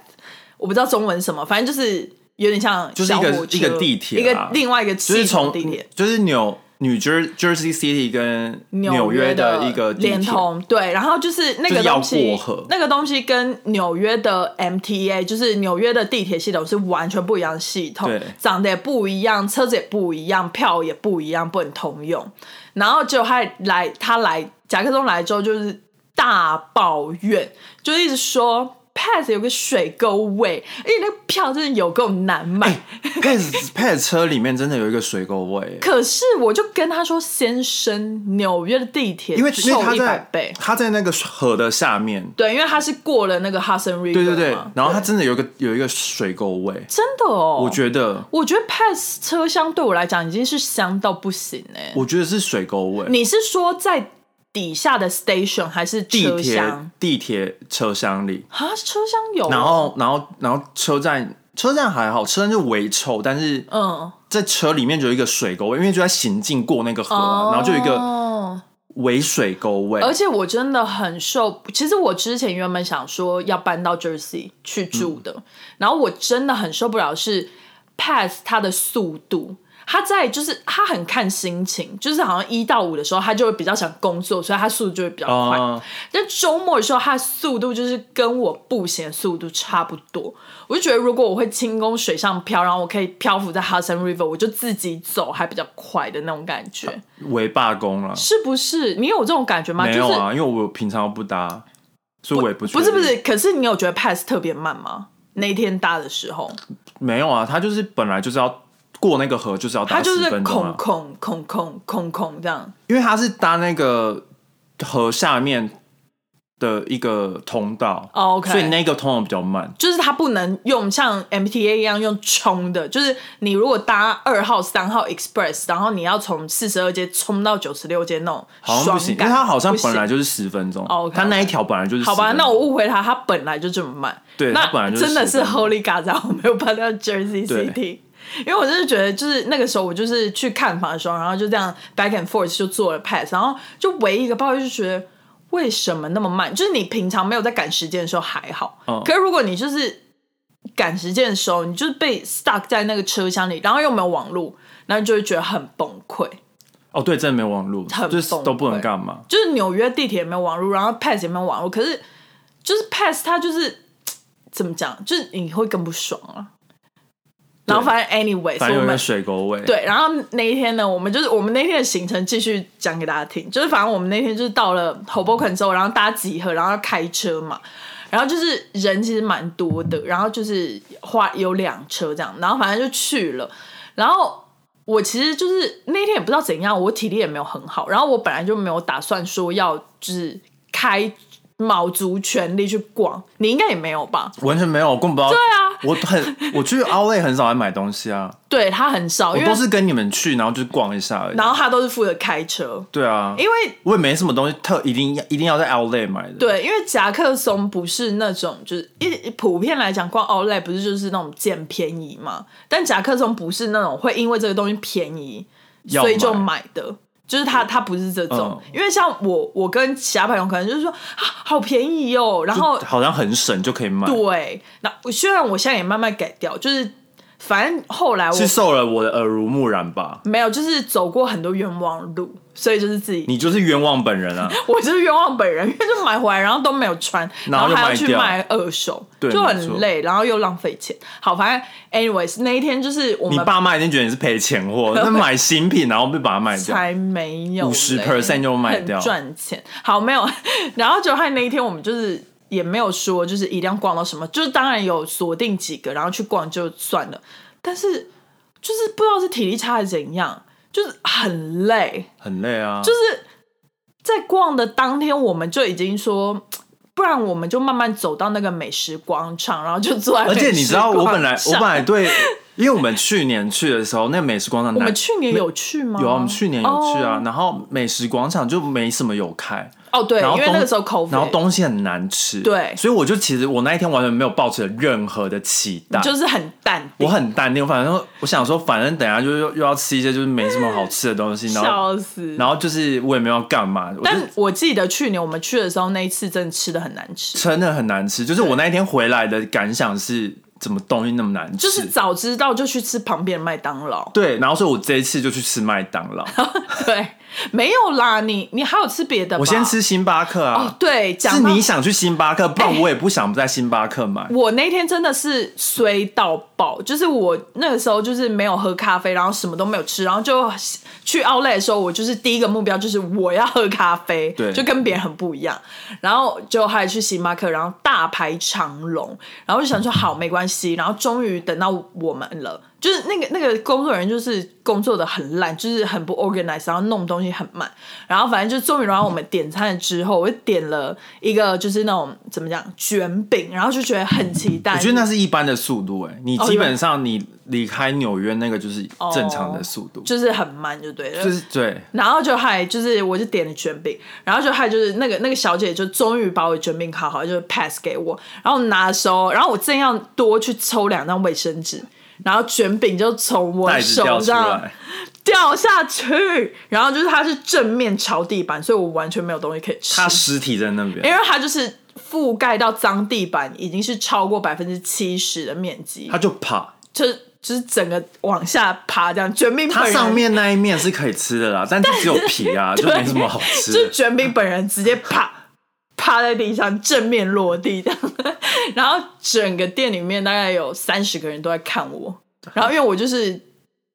Speaker 1: 我不知道中文是什么，反正就是有点像
Speaker 2: 就是一
Speaker 1: 小
Speaker 2: 个
Speaker 1: 火车
Speaker 2: 一个地铁
Speaker 1: 一个
Speaker 2: 啦
Speaker 1: 另外一个
Speaker 2: 就是
Speaker 1: 系统
Speaker 2: 从
Speaker 1: 地铁。
Speaker 2: 就是纽女 Jer Jersey City 跟纽
Speaker 1: 约
Speaker 2: 的一个地
Speaker 1: 连
Speaker 2: 铁，
Speaker 1: 通，对，然后就是那个东
Speaker 2: 就是要
Speaker 1: 西
Speaker 2: 过河，
Speaker 1: 那个东西跟纽约的 MTA，就是纽约的地铁系统是完全不一样的系统
Speaker 2: 对，
Speaker 1: 长得也不一样，车子也不一样，票也不一样，不能通用。然后就他来，他来甲克松来之后，就是大抱怨，就一直说 Pass 有个水沟味，而且那个票真的有够难买。
Speaker 2: 哎配配车里面真的有一个水沟味，
Speaker 1: 可是我就跟他说，先生，纽约的地铁
Speaker 2: 因为因为
Speaker 1: 臭
Speaker 2: 它
Speaker 1: 一百
Speaker 2: 在
Speaker 1: 倍。
Speaker 2: 它在那个河的下面，
Speaker 1: 对，因为他是过了那个 Hudson River
Speaker 2: 对对对
Speaker 1: 嘛，
Speaker 2: 然后它真的有一个有一个水沟味，
Speaker 1: 真的哦，
Speaker 2: 我觉得
Speaker 1: 我觉得 Pass 车厢对我来讲已经是香到不行哎、
Speaker 2: 我觉得是水沟味，
Speaker 1: 你是说在底下的 station 还是
Speaker 2: 地
Speaker 1: 车
Speaker 2: 铁
Speaker 1: 厢
Speaker 2: 地铁车厢里，
Speaker 1: 啊？车厢有哦，
Speaker 2: 然后然后然后车站车站还好，车站就微臭，但是
Speaker 1: 嗯，
Speaker 2: 在车里面就有一个水沟味，因为就在行进过那个河啊、然后就有一个
Speaker 1: 个。
Speaker 2: 微水沟味，
Speaker 1: 哦而且我真的很受，其实我之前原本想说要搬到 Jersey 去
Speaker 2: 嗯
Speaker 1: 住的，然后我真的很受不了是 Pass 它的速度，他在就是他很看心情，就是好像一到五的时候他就会比较想工作，所以他速度就会比较快。
Speaker 2: 啊、
Speaker 1: 但周末的时候，他的速度就是跟我步行的速度差不多。我就觉得，如果我会轻功水上漂，然后我可以漂浮在 Hudson River，我就自己走还比较快的那种感觉，
Speaker 2: 微罢工了，
Speaker 1: 是不是？你有这种感觉吗？
Speaker 2: 没有
Speaker 1: 就是
Speaker 2: 啊，因为我平常不搭，所以我也不
Speaker 1: 不是
Speaker 2: 确定
Speaker 1: 不是，可是你有觉得 pass 特别慢吗？那一天搭的时候，
Speaker 2: 没有啊，他就是本来就是要过那个河，就是要
Speaker 1: 它
Speaker 2: 搭
Speaker 1: 就
Speaker 2: 十
Speaker 1: 是
Speaker 2: 分钟、
Speaker 1: 空
Speaker 2: 啊，
Speaker 1: 空空空空空这样。
Speaker 2: 因为他是搭那个河下面的一个通道、
Speaker 1: 哦 OK，
Speaker 2: 所以那个通道比较慢。
Speaker 1: 就是它不能用像 MTA 一样用冲的，就是你如果搭二号、三号 Express，然后你要从四十二街冲到九十六街那种
Speaker 2: 好像
Speaker 1: 爽
Speaker 2: 不行，因为
Speaker 1: 感，
Speaker 2: 它好像
Speaker 1: 不行
Speaker 2: 本来就是十分钟
Speaker 1: 哦，OK，
Speaker 2: 它那一条本来就是10
Speaker 1: 好吧，
Speaker 2: 分
Speaker 1: 那
Speaker 2: 钟
Speaker 1: 我误会他，他本来就这么慢。
Speaker 2: 对
Speaker 1: 那
Speaker 2: 他本来就是
Speaker 1: 真的是
Speaker 2: 10分钟
Speaker 1: Holy g a z a 我没有搬到 Jersey
Speaker 2: 对
Speaker 1: City，因为我真的觉得，就是那个时候我就是去看房的时候，然后就这样 back and forth 就做了 pass，然后就唯一一个抱怨就觉得为什么那么慢？就是你平常没有在赶时间的时候还好，
Speaker 2: 嗯
Speaker 1: 可是如果你就是赶时间的时候，你就是被 stuck 在那个车厢里，然后又没有网络，然后就会觉得很崩溃。
Speaker 2: 哦，对，真的没网络，
Speaker 1: 很
Speaker 2: 就是
Speaker 1: 崩
Speaker 2: 都不能
Speaker 1: 溃
Speaker 2: 干嘛。
Speaker 1: 就是纽约地铁也没有网络，然后 Pass 也没有网络，可是就是 Pass 它就是怎么讲，就是你会更不爽啊。然后
Speaker 2: 对
Speaker 1: 反正 anyway，所
Speaker 2: 反
Speaker 1: 以
Speaker 2: 正有
Speaker 1: 我
Speaker 2: 一
Speaker 1: 们
Speaker 2: 个水沟味，，
Speaker 1: 对，然后那一天呢，我们就是我们那天的行程继续讲给大家听，就是反正我们那天就是到了 Hoboken 之后，然后大家集合，然后要开车嘛，然后就是人其实蛮多的，然后就是花有两车这样，然后反正就去了，然后。我其实就是那天也不知道怎样，我体力也没有很好，然后我本来就没有打算说要就是开卯足全力去逛，你应该也没有吧？
Speaker 2: 完全没有，我根本不知道。对啊，我很我去 Outlet 很少来买东西啊，
Speaker 1: 对他很少，
Speaker 2: 我
Speaker 1: 因为
Speaker 2: 都是跟你们去，然后就是逛一下而已。
Speaker 1: 然后他都是负责开车，
Speaker 2: 对啊，
Speaker 1: 因为
Speaker 2: 我也没什么东西特一定要一定要在 Outlet 买的。，
Speaker 1: 对，因为夹克松不是那种，就是一普遍来讲，逛 Outlet 不是就是那种捡便宜嘛？但夹克松不是那种会因为这个东西便宜，
Speaker 2: 要
Speaker 1: 所以就
Speaker 2: 买
Speaker 1: 买的。就是他，他不是这种
Speaker 2: 嗯，
Speaker 1: 因为像我，我跟其他朋友可能就是说啊，好便宜哦，然后
Speaker 2: 好像很省就可以买。
Speaker 1: 对，那虽然我现在也慢慢改掉，就是反正后来我
Speaker 2: 是受了我的耳濡目染吧？
Speaker 1: 没有，就是走过很多冤枉路，所以就是自己
Speaker 2: 你就是冤枉本人啊！
Speaker 1: 我就是冤枉本人，因为就买回来，然后都没有穿，
Speaker 2: 然
Speaker 1: 然
Speaker 2: 后
Speaker 1: 后
Speaker 2: 就
Speaker 1: 还要去
Speaker 2: 卖掉
Speaker 1: 卖二手，
Speaker 2: 对
Speaker 1: 就
Speaker 2: 没
Speaker 1: 很
Speaker 2: 错
Speaker 1: 累，然后又浪费钱。好，反正 anyways 那一天就是 我
Speaker 2: 你
Speaker 1: 们
Speaker 2: 爸妈一定觉得你是赔钱 货，那买新品然后被把它卖掉，
Speaker 1: 才没有嘞
Speaker 2: 50%就卖掉
Speaker 1: 很赚钱。好，没有，然后就害那一天我们就是也没有说就是一定要逛到什么，就是当然有锁定几个，然后去逛就算了。但是就是不知道是体力差还是怎样，就是很累，
Speaker 2: 很累啊，
Speaker 1: 就是在逛的当天我们就已经说。不然我们就慢慢走到那个美食广场，然后就坐在。
Speaker 2: 而且你知道，我本来
Speaker 1: 啊
Speaker 2: 我本来对，因为我们去年去的时候，那个美食广场，
Speaker 1: 我们去哦年有去吗？
Speaker 2: 有啊，我们去年有去啊。Oh. 然后美食广场就没什么有开。
Speaker 1: 哦，对，
Speaker 2: 然后
Speaker 1: 因为那个时候口，
Speaker 2: 然后东西很难吃，
Speaker 1: 对，
Speaker 2: 所以我就其实我那一天完全没有抱持任何的期待，
Speaker 1: 就是很淡，
Speaker 2: 啊我很淡定，我反正我想说，反正等下就是又要吃一些就是没什么好吃的东西，然后
Speaker 1: 笑死，
Speaker 2: 然后就是我也没有干嘛，
Speaker 1: 但我记得去年我们去的时候，那一次真的吃的很难吃，
Speaker 2: 真的很难吃，就是我那一天回来的感想是。怎么东西那么难吃？
Speaker 1: 就是早知道就去吃旁边的麦当劳。
Speaker 2: 对，然后所以我这一次就去吃麦当 劳。
Speaker 1: 对，没有啦，你你还有吃别的吧？
Speaker 2: 我先吃星巴克啊。
Speaker 1: 哦，哎对，
Speaker 2: 是你想去星巴克，不然我也不想在星巴克买。欸、
Speaker 1: 我那天真的是衰到爆，就是我那个时候就是没有喝咖啡，然后什么都没有吃，然后就去奥莱的时候，我就是第一个目标就是我要喝咖啡，
Speaker 2: 对，
Speaker 1: 就跟别人很不一样。然后就还去星巴克，然后大排长龙，然后就想说好没关系。然后终于等到我们了，就是那个那个工作人员就是工作的很烂，就是很不 organized，然后弄东西很慢，然后反正就终于然后我们点餐了之后，我就点了一个就是那种怎么讲卷饼，然后就觉得很期待。
Speaker 2: 我觉得那是一般的速度哎、欸，
Speaker 1: 哦
Speaker 2: 你基本上你离开纽约那个就是正常的速度，哦、
Speaker 1: 就是很慢就对了，
Speaker 2: 就是对。
Speaker 1: 然后就还就是我就点了卷饼，然后就还就是那个那个小姐就终于把我卷饼烤好，就是 pass 给我，然后拿的时候，然后我正要多。去抽两张卫生纸，然后卷饼就从我手上掉下去，然后就是它是正面朝地板，所以我完全没有东西可以吃。
Speaker 2: 它尸体在那边，
Speaker 1: 因为它就是覆盖到脏地板，已经是超过百分之七十的面积，
Speaker 2: 它就爬，
Speaker 1: 就就是整个往下爬这样。卷饼
Speaker 2: 它上面那一面是可以吃 的啦，但只有皮啊，就没什么好吃
Speaker 1: 的。就卷饼本人直接啪。趴在地上，正面落地这样，然后整个店里面大概有三十个人都在看我，然后因为我就是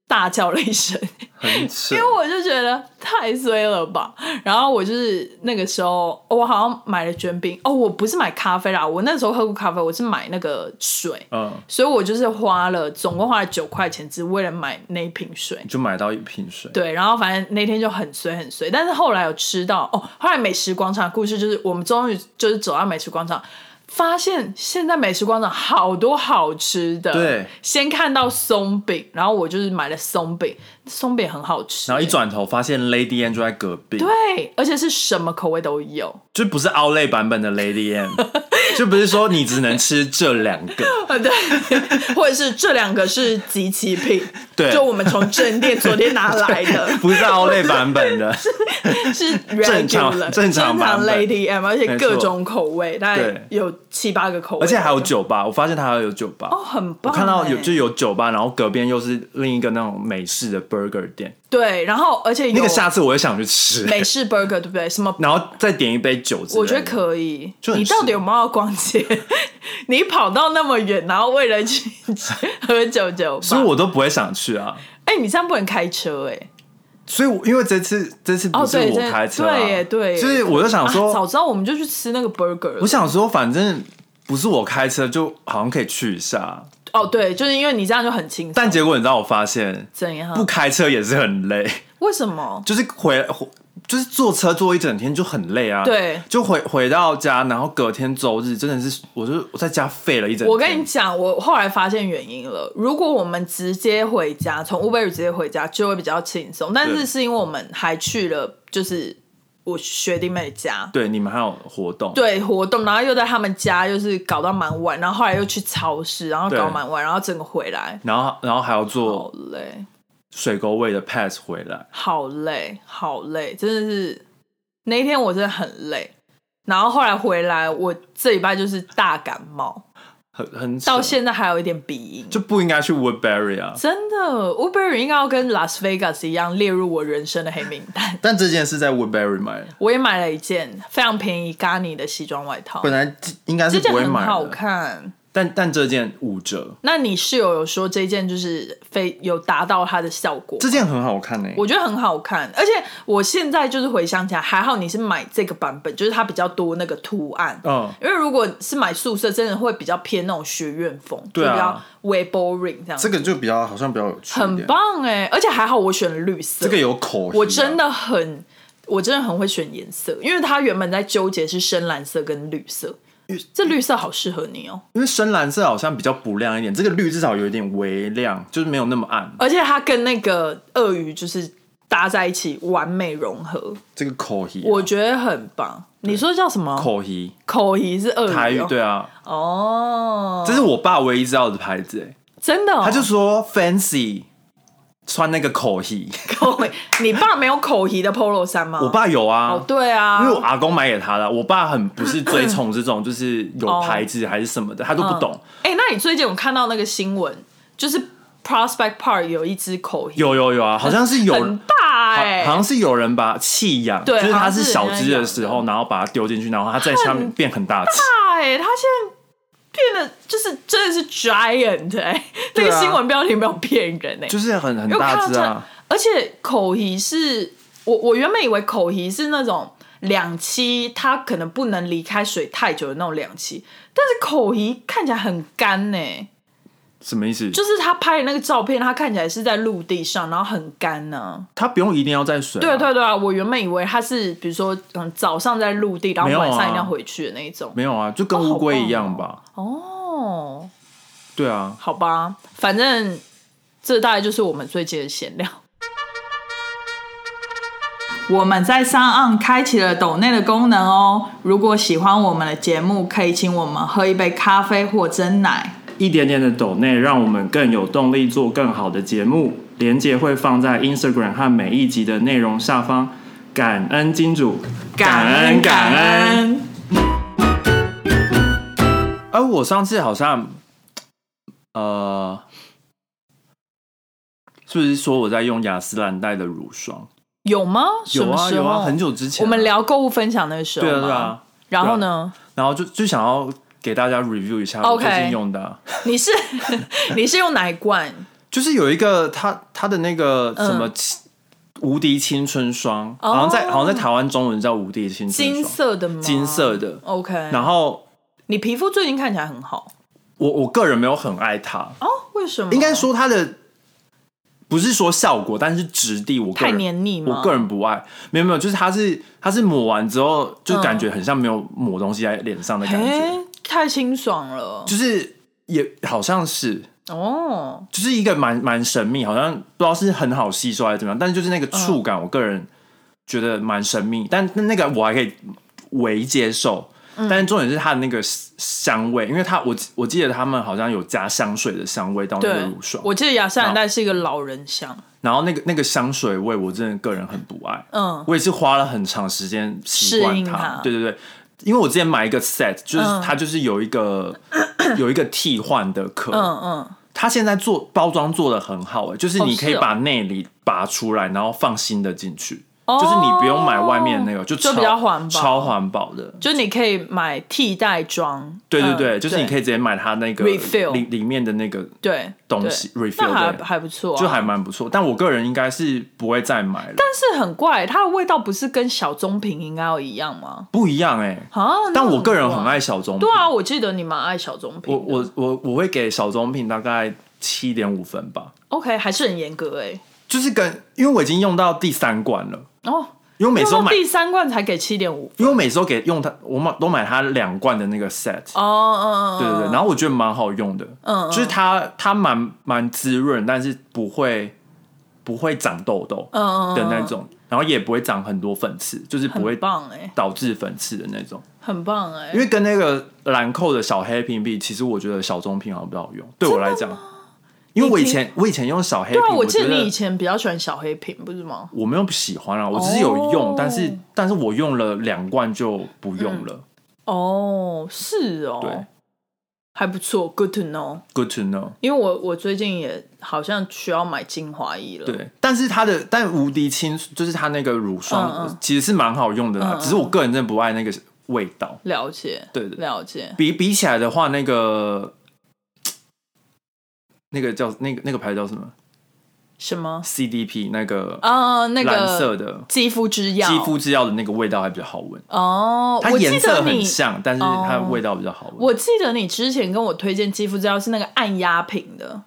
Speaker 1: 大叫了一声，因为我就觉得太衰了吧。然后我就是那个时候，哦我好像买了卷饼哦，我不是买咖啡啦，我那时候喝过咖啡，我是买那个水，
Speaker 2: 嗯，
Speaker 1: 所以我就是花了总共花了九块钱，只为了买那一瓶水，
Speaker 2: 就买到一瓶水，
Speaker 1: 对，然后反正那天就很衰很衰，但是后来有吃到哦，后来美食广场的故事就是我们终于就是走到美食广场。发现现在美食广场好多好吃的，
Speaker 2: 对，
Speaker 1: 先看到松饼，然后我就是买了松饼，松饼很好吃、
Speaker 2: 欸。然后一转头发现 Lady Anne 就在隔壁，
Speaker 1: 对，而且是什么口味都有，
Speaker 2: 就不是奥类版本的 Lady Anne，就不是说你只能吃这两 个，
Speaker 1: 对， 或者是这两个是集齐品，
Speaker 2: 对，
Speaker 1: 就我们从正店昨天拿来的，
Speaker 2: 不是奥类版本的，
Speaker 1: 是
Speaker 2: 正常
Speaker 1: 正
Speaker 2: 常
Speaker 1: 版 Lady Anne，而且各种口味，大概有。七八个口味，
Speaker 2: 而且还有酒吧。我发现它还有酒吧，
Speaker 1: 哦，很
Speaker 2: 棒。我看到有就有酒吧，然后隔边又是另一个那种美式的 burger 店。
Speaker 1: 对，然后而且
Speaker 2: 那个下次我也想去吃
Speaker 1: 美式 burger，对不对？什么？
Speaker 2: 然后再点一杯酒，
Speaker 1: 我觉得可以。你到底有没有逛街？ 你跑到那么远，然后为 了去喝酒酒吧，
Speaker 2: 所以我都不会想去啊。
Speaker 1: 哎、欸，你这样不能开车哎、欸。
Speaker 2: 所以，因为这次这次不是我开车、
Speaker 1: 啊哦，对耶对耶，
Speaker 2: 所以我就想说、
Speaker 1: 啊，早知道我们就去吃那个 burger。
Speaker 2: 我想说，反正不是我开车，就好像可以去一下。
Speaker 1: 哦，对，就是因为你这样就很轻松。
Speaker 2: 但结果你知道，我发现
Speaker 1: 怎样
Speaker 2: 不开车也是很累。
Speaker 1: 为什么？
Speaker 2: 就是回就是坐车坐一整天就很累啊。
Speaker 1: 对，
Speaker 2: 就回回到家，然后隔天周日真的是，我就我在家废了一整天。
Speaker 1: 我跟你讲，我后来发现原因了。如果我们直接回家，从 Uber 直接回家就会比较轻松，但是是因为我们还去了，就是我学弟妹家。
Speaker 2: 对，你们还有活动。
Speaker 1: 对，活动，然后又在他们家，又是搞到蛮晚，然后后来又去超市，然后搞蛮晚，然后整个回来，
Speaker 2: 然后然后还要做，
Speaker 1: 好累。
Speaker 2: 水沟位的 pass 回来，
Speaker 1: 好累，好累，真的是那一天我真的很累。然后后来回来，我这礼拜就是大感冒，
Speaker 2: 很很
Speaker 1: 到现在还有一点鼻音，
Speaker 2: 就不应该去 Woodbury 啊！
Speaker 1: 真的，Woodbury 应该要跟 Las Vegas 一样列入我人生的黑名单。
Speaker 2: 但这件是在 Woodbury 买的，
Speaker 1: 我也买了一件非常便宜 Garni 的西装外套，
Speaker 2: 本来应该是不会买
Speaker 1: 好看。
Speaker 2: 但但这件五折，
Speaker 1: 那你室友有说这件就是非有达到它的效果吗？
Speaker 2: 这件很好看欸呢、
Speaker 1: 我觉得很好看，而且我现在就是回想起来，还好你是买这个版本，就是它比较多那个图案。
Speaker 3: 哦
Speaker 2: 嗯
Speaker 1: 因为如果是买宿舍，真的会比较偏那种学院风，
Speaker 2: 对啊
Speaker 1: 就比较微 boring 这样。
Speaker 3: 这个就比较好像比较有趣一点，
Speaker 1: 很棒哎、而且还好我选了绿色，
Speaker 3: 这个有口、
Speaker 2: 啊
Speaker 1: 我真，的很，我真的很会选颜色，因为他原本在纠结是深蓝色跟绿色，这绿色好适合你哦，
Speaker 2: 因为深蓝色好像比较不亮一点，这个绿至少有一点微亮，就是没有那么暗。
Speaker 1: 而且它跟那个鳄鱼就是搭在一起，完美融合，
Speaker 3: 这个口音啊，
Speaker 1: 我觉得很棒。你说叫什么？
Speaker 2: 口译
Speaker 1: 口仪是鳄鱼、哦，
Speaker 2: 台语对啊，
Speaker 1: 哦，
Speaker 2: 这是我爸唯一知道的牌子、欸，
Speaker 1: 真的、哦，
Speaker 2: 他就说 fancy 穿那个口译，
Speaker 1: 口仪。你爸没有口仪的 polo 衫吗？
Speaker 2: 我爸有啊，
Speaker 1: 哦，对啊，
Speaker 2: 因为我阿公买给他的，我爸很不是 追崇这种，就是有牌子还是什么的，他都不懂。
Speaker 1: 哎、那你最近有看到那个新闻，就是 Prospect Park 有一只口仪，
Speaker 2: 有有有啊，好像是有，
Speaker 1: 很大
Speaker 2: 好
Speaker 1: 哎、
Speaker 2: 好像是有人把弃养，就
Speaker 1: 对
Speaker 2: 是它
Speaker 1: 好像
Speaker 2: 是
Speaker 1: 是
Speaker 2: 小
Speaker 1: 人家
Speaker 2: 只的
Speaker 1: 养
Speaker 2: 时候，然后把它丢进去，然后它在下面变很大只。啊
Speaker 1: 大哎、欸，他现在变得就是真的是 giant 哎、这
Speaker 2: 对啊
Speaker 1: 个新闻标题没有骗人哎、欸，
Speaker 2: 就是很很
Speaker 1: 因为我看
Speaker 2: 大
Speaker 1: 到
Speaker 2: 只
Speaker 1: 这
Speaker 2: 啊，，
Speaker 1: 而且口蹄是我我原本以为口蹄是那种两栖，它可能不能离开水太久的那种两栖，但是口蹄看起来很干呢、欸，
Speaker 2: 什么意思？
Speaker 1: 就是他拍的那个照片，它看起来是在陆地上，然后很干呢、
Speaker 2: 它不用一定要在水、啊，
Speaker 1: 对，对对啊，我原本以为它是比如说嗯早上在陆地，然后
Speaker 2: 没有啊
Speaker 1: 晚上一定要回去的那一种。
Speaker 2: 没有啊，就跟
Speaker 1: 哦好
Speaker 2: 乌龟
Speaker 1: 棒
Speaker 2: 一样吧。
Speaker 1: 哦，
Speaker 2: 对啊，
Speaker 1: 好吧，反正这大概就是我们最近的闲聊。我们在上岸开启了抖内的功能哦。如果喜欢我们的节目，可以请我们喝一杯咖啡或蒸奶。
Speaker 2: 一点点的抖内，让我们更有动力做更好的节目。连接会放在 Instagram 和每一集的内容下方。感恩金主，
Speaker 1: 感恩
Speaker 2: 而我上次好像，呃，是不是说我在用雅诗兰黛的乳霜？
Speaker 1: 有吗？
Speaker 2: 有啊
Speaker 1: 什么时
Speaker 2: 有
Speaker 1: 候
Speaker 2: 啊，很久之前啊、
Speaker 1: 我们聊购物分享那个时候
Speaker 2: 对啊
Speaker 1: 吗
Speaker 2: 对啊，
Speaker 1: 然后呢？
Speaker 2: 然后就就想要给大家 review 一下我
Speaker 1: OK
Speaker 2: 最近用的啊、
Speaker 1: 你是 你是用哪一罐？
Speaker 2: 就是有一个它它的那个
Speaker 1: 嗯
Speaker 2: 什么青、无敌青春霜，
Speaker 1: 哦
Speaker 2: 好像在好像在台湾中文叫无敌青春
Speaker 1: 金
Speaker 2: 霜，
Speaker 1: 色的吗？
Speaker 2: 金色的。
Speaker 1: OK。
Speaker 2: 然后
Speaker 1: 你皮肤最近看起来很好
Speaker 2: 我我个人没有很爱它，
Speaker 1: 哦？为什么？
Speaker 2: 应该说它的不是说效果，但是质地我个
Speaker 1: 太
Speaker 2: 人
Speaker 1: 黏腻吗？
Speaker 2: 我个人不爱，没有没有，就是它是它是抹完之后
Speaker 1: 嗯
Speaker 2: 就感觉很像没有抹东西在脸上的感觉，
Speaker 1: 诶太清爽了
Speaker 2: 就是也好像是
Speaker 1: 哦。
Speaker 2: 就是一个蛮蛮神秘，好像不知道是很好吸收还是怎么样，但是就是那个
Speaker 1: 嗯
Speaker 2: 触感，我个人觉得蛮神秘，但那那个我还可以微接受。
Speaker 1: 嗯
Speaker 2: 但是重点是它的那个香味，因为它我我记得他们好像有加香水的香味到那个
Speaker 1: 对
Speaker 2: 乳霜，，
Speaker 1: 我记得雅诗兰黛是一个老人香，
Speaker 2: 然后那个那个香水味，我真的个人很不爱。
Speaker 1: 嗯
Speaker 2: 我也是花了很长时间习
Speaker 1: 适
Speaker 2: 惯
Speaker 1: 应它
Speaker 2: 对对对，因为我之前买一个 set，就是
Speaker 1: 嗯
Speaker 2: 它就是有一 个、有一个替换的壳，
Speaker 1: 嗯嗯，
Speaker 2: 它现在做包装做的很好、欸，就是你可以
Speaker 1: 哦是哦
Speaker 2: 把内里拔出来，然后放新的进去，
Speaker 1: 哦
Speaker 2: 就是你不用买外面那个，就
Speaker 1: 就
Speaker 2: 超
Speaker 1: 比较环保
Speaker 2: 超环保的。
Speaker 1: 就是你可以买替代装，
Speaker 2: 对对
Speaker 1: 嗯
Speaker 2: 对，就是你可以直接买它那个
Speaker 1: Refill
Speaker 2: 里里面的那个，
Speaker 1: 对
Speaker 2: 东西
Speaker 1: 对
Speaker 2: refill
Speaker 1: 那还
Speaker 2: 对
Speaker 1: 还不错啊，
Speaker 2: 就还蛮不错。但我个人应该是不会再买了，
Speaker 1: 但是很怪，它的味道不是跟小棕瓶应该要一样吗？
Speaker 2: 不一样哎、欸。
Speaker 1: 啊，那
Speaker 2: 但我个人
Speaker 1: 怪
Speaker 2: 很爱小棕瓶
Speaker 1: 对，啊，我记得你蛮爱小棕瓶
Speaker 2: 我
Speaker 1: 的，
Speaker 2: 我我我会给小棕瓶大概七点五分吧，
Speaker 1: OK 还是很严格哎，
Speaker 2: 就是跟因为我已经用到第三罐了，
Speaker 1: 哦，
Speaker 2: 因为我每次都
Speaker 1: 用到
Speaker 2: 买，
Speaker 1: 第三罐才给七点五，
Speaker 2: 因为我每次都给用它，我买都买它两罐的那个 set，、
Speaker 1: 哦哦哦，
Speaker 2: 对对对，然后我觉得蛮好用的，
Speaker 1: 嗯嗯
Speaker 2: 就是它它蛮蛮滋润，但是不会不会长痘痘
Speaker 1: 嗯嗯嗯
Speaker 2: 的那种，然后也不会长很多粉刺，就是不会
Speaker 1: 很棒哎，
Speaker 2: 导致粉刺的那种，
Speaker 1: 很棒哎
Speaker 2: 因，为跟那个兰蔻的小黑瓶比，其实我觉得小棕瓶好像比较好用，对我来讲，因为我以前我以前用小黑瓶，
Speaker 1: 对啊，我记
Speaker 2: 觉
Speaker 1: 得
Speaker 2: 得
Speaker 1: 你以前比较喜欢小黑瓶，不是吗？
Speaker 2: 我没有不喜欢啊，我只是有用，
Speaker 1: 哦
Speaker 2: 但是但是我用了两罐就不用了，
Speaker 1: 哦，是哦，
Speaker 2: 对
Speaker 1: 还不错，Good to know。
Speaker 2: ，Good to know。
Speaker 1: 因为我我最近也好像需要买精华液了，，
Speaker 2: 对，但是它的但无敌清就是它那个乳霜、
Speaker 1: 嗯嗯
Speaker 2: 其实是蛮好用的啦，
Speaker 1: 嗯嗯
Speaker 2: 只是我个人真的不爱那个味道。
Speaker 1: 了解，
Speaker 2: 对对
Speaker 1: 了解。
Speaker 2: 比比起来的话，那个那个叫那个那个牌子叫什么
Speaker 1: 什么？
Speaker 2: CDP 那个
Speaker 1: 呃，那个
Speaker 2: 蓝色的
Speaker 1: 肌肤之钥，
Speaker 2: 肌肤之钥的那个味道还比较好闻，
Speaker 1: 哦，
Speaker 2: 它
Speaker 1: 我记
Speaker 2: 颜色
Speaker 1: 得你哦
Speaker 2: 很像，但是它味道比较好闻。
Speaker 1: 我记得你之前跟我推荐肌肤之钥是那个按压瓶的，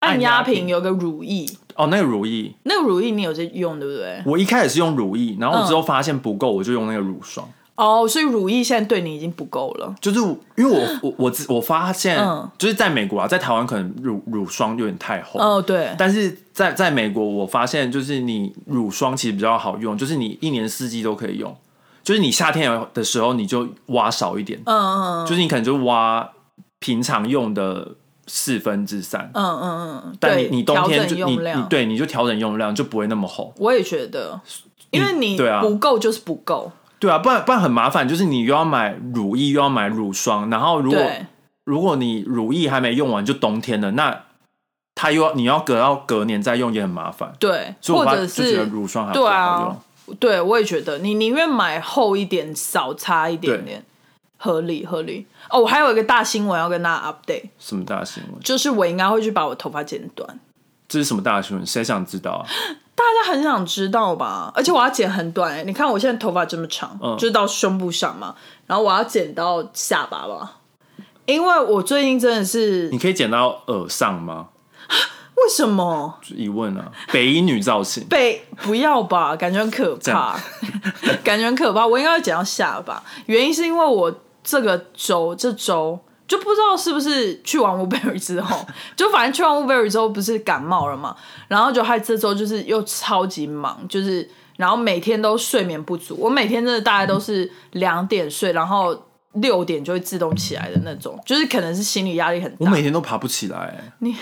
Speaker 1: 按
Speaker 2: 按压
Speaker 1: 压
Speaker 2: 瓶
Speaker 1: 瓶有个乳液，
Speaker 2: 哦，那个乳液，
Speaker 1: 那个乳液你有在用对不对？
Speaker 2: 我一开始是用乳液，然
Speaker 1: 嗯
Speaker 2: 后我之后发现不够，我就用那个乳霜。
Speaker 1: 哦，所以乳液现在对你已经不够了。
Speaker 2: 就是因为我我我自我发现
Speaker 1: 嗯，
Speaker 2: 就是在美国啊，在台湾可能乳乳霜有点太厚，
Speaker 1: 哦，对，
Speaker 2: 但是在在美国，我发现就是你乳霜其实比较好用，就是你一年四季都可以用，就是你夏天的时候你就挖少一点，
Speaker 1: 嗯嗯嗯
Speaker 2: 就是你可能就挖平常用的四分之三，
Speaker 1: 嗯嗯嗯，
Speaker 2: 但
Speaker 1: 对
Speaker 2: 你你冬天
Speaker 1: 调
Speaker 2: 就
Speaker 1: 整
Speaker 2: 你
Speaker 1: 用
Speaker 2: 你
Speaker 1: 量，，
Speaker 2: 对你就调整用量就不会那么厚，
Speaker 1: 我也觉得，因为你
Speaker 2: 对啊
Speaker 1: 不够就是不够，
Speaker 2: 对啊，不然不然很麻烦，就是你又要买乳液又要买乳霜，然后如果
Speaker 1: 对，
Speaker 2: 如果你乳液还没用完就冬天了，那它又要你要隔到隔年再用也很麻烦，
Speaker 1: 对，
Speaker 2: 所以
Speaker 1: 或
Speaker 2: 我发
Speaker 1: 者
Speaker 2: 就觉得
Speaker 1: 是
Speaker 2: 乳霜还比
Speaker 1: 对
Speaker 2: 较好用
Speaker 1: 啊。，对我也觉得，你宁愿买厚一点，少擦一点点，合理合理。哦，我还有一个大新闻要跟大家 update，
Speaker 2: 什么大新闻？
Speaker 1: 就是我应该会去把我头发剪短，
Speaker 2: 这是什么大新闻？谁想知道啊？
Speaker 1: 大家很想知道吧？而且我要剪很短、欸，你看我现在头发这么长，
Speaker 2: 嗯
Speaker 1: 就是到胸部上嘛，然后我要剪到下巴吧，因为我最近真的是
Speaker 2: 你可以剪到耳上吗？
Speaker 1: 为什么
Speaker 2: 就疑问啊，北医女造 型。
Speaker 1: 被不要吧，感觉很可
Speaker 2: 这
Speaker 1: 怕
Speaker 2: 样，
Speaker 1: 感觉很可怕。我应该会剪到下巴，原因是因为我这个周这周就不知道是不是去完 Uber 之后， 就反正去完 Uber 之后不是感冒了嘛，然后就还这周就是又超级忙，就是然后每天都睡眠不足，我每天真的大概都是两点睡，然后六点就会自动起来的那种，就是可能是心理压力很
Speaker 2: 我
Speaker 1: 大
Speaker 2: 每，天都爬不起来、欸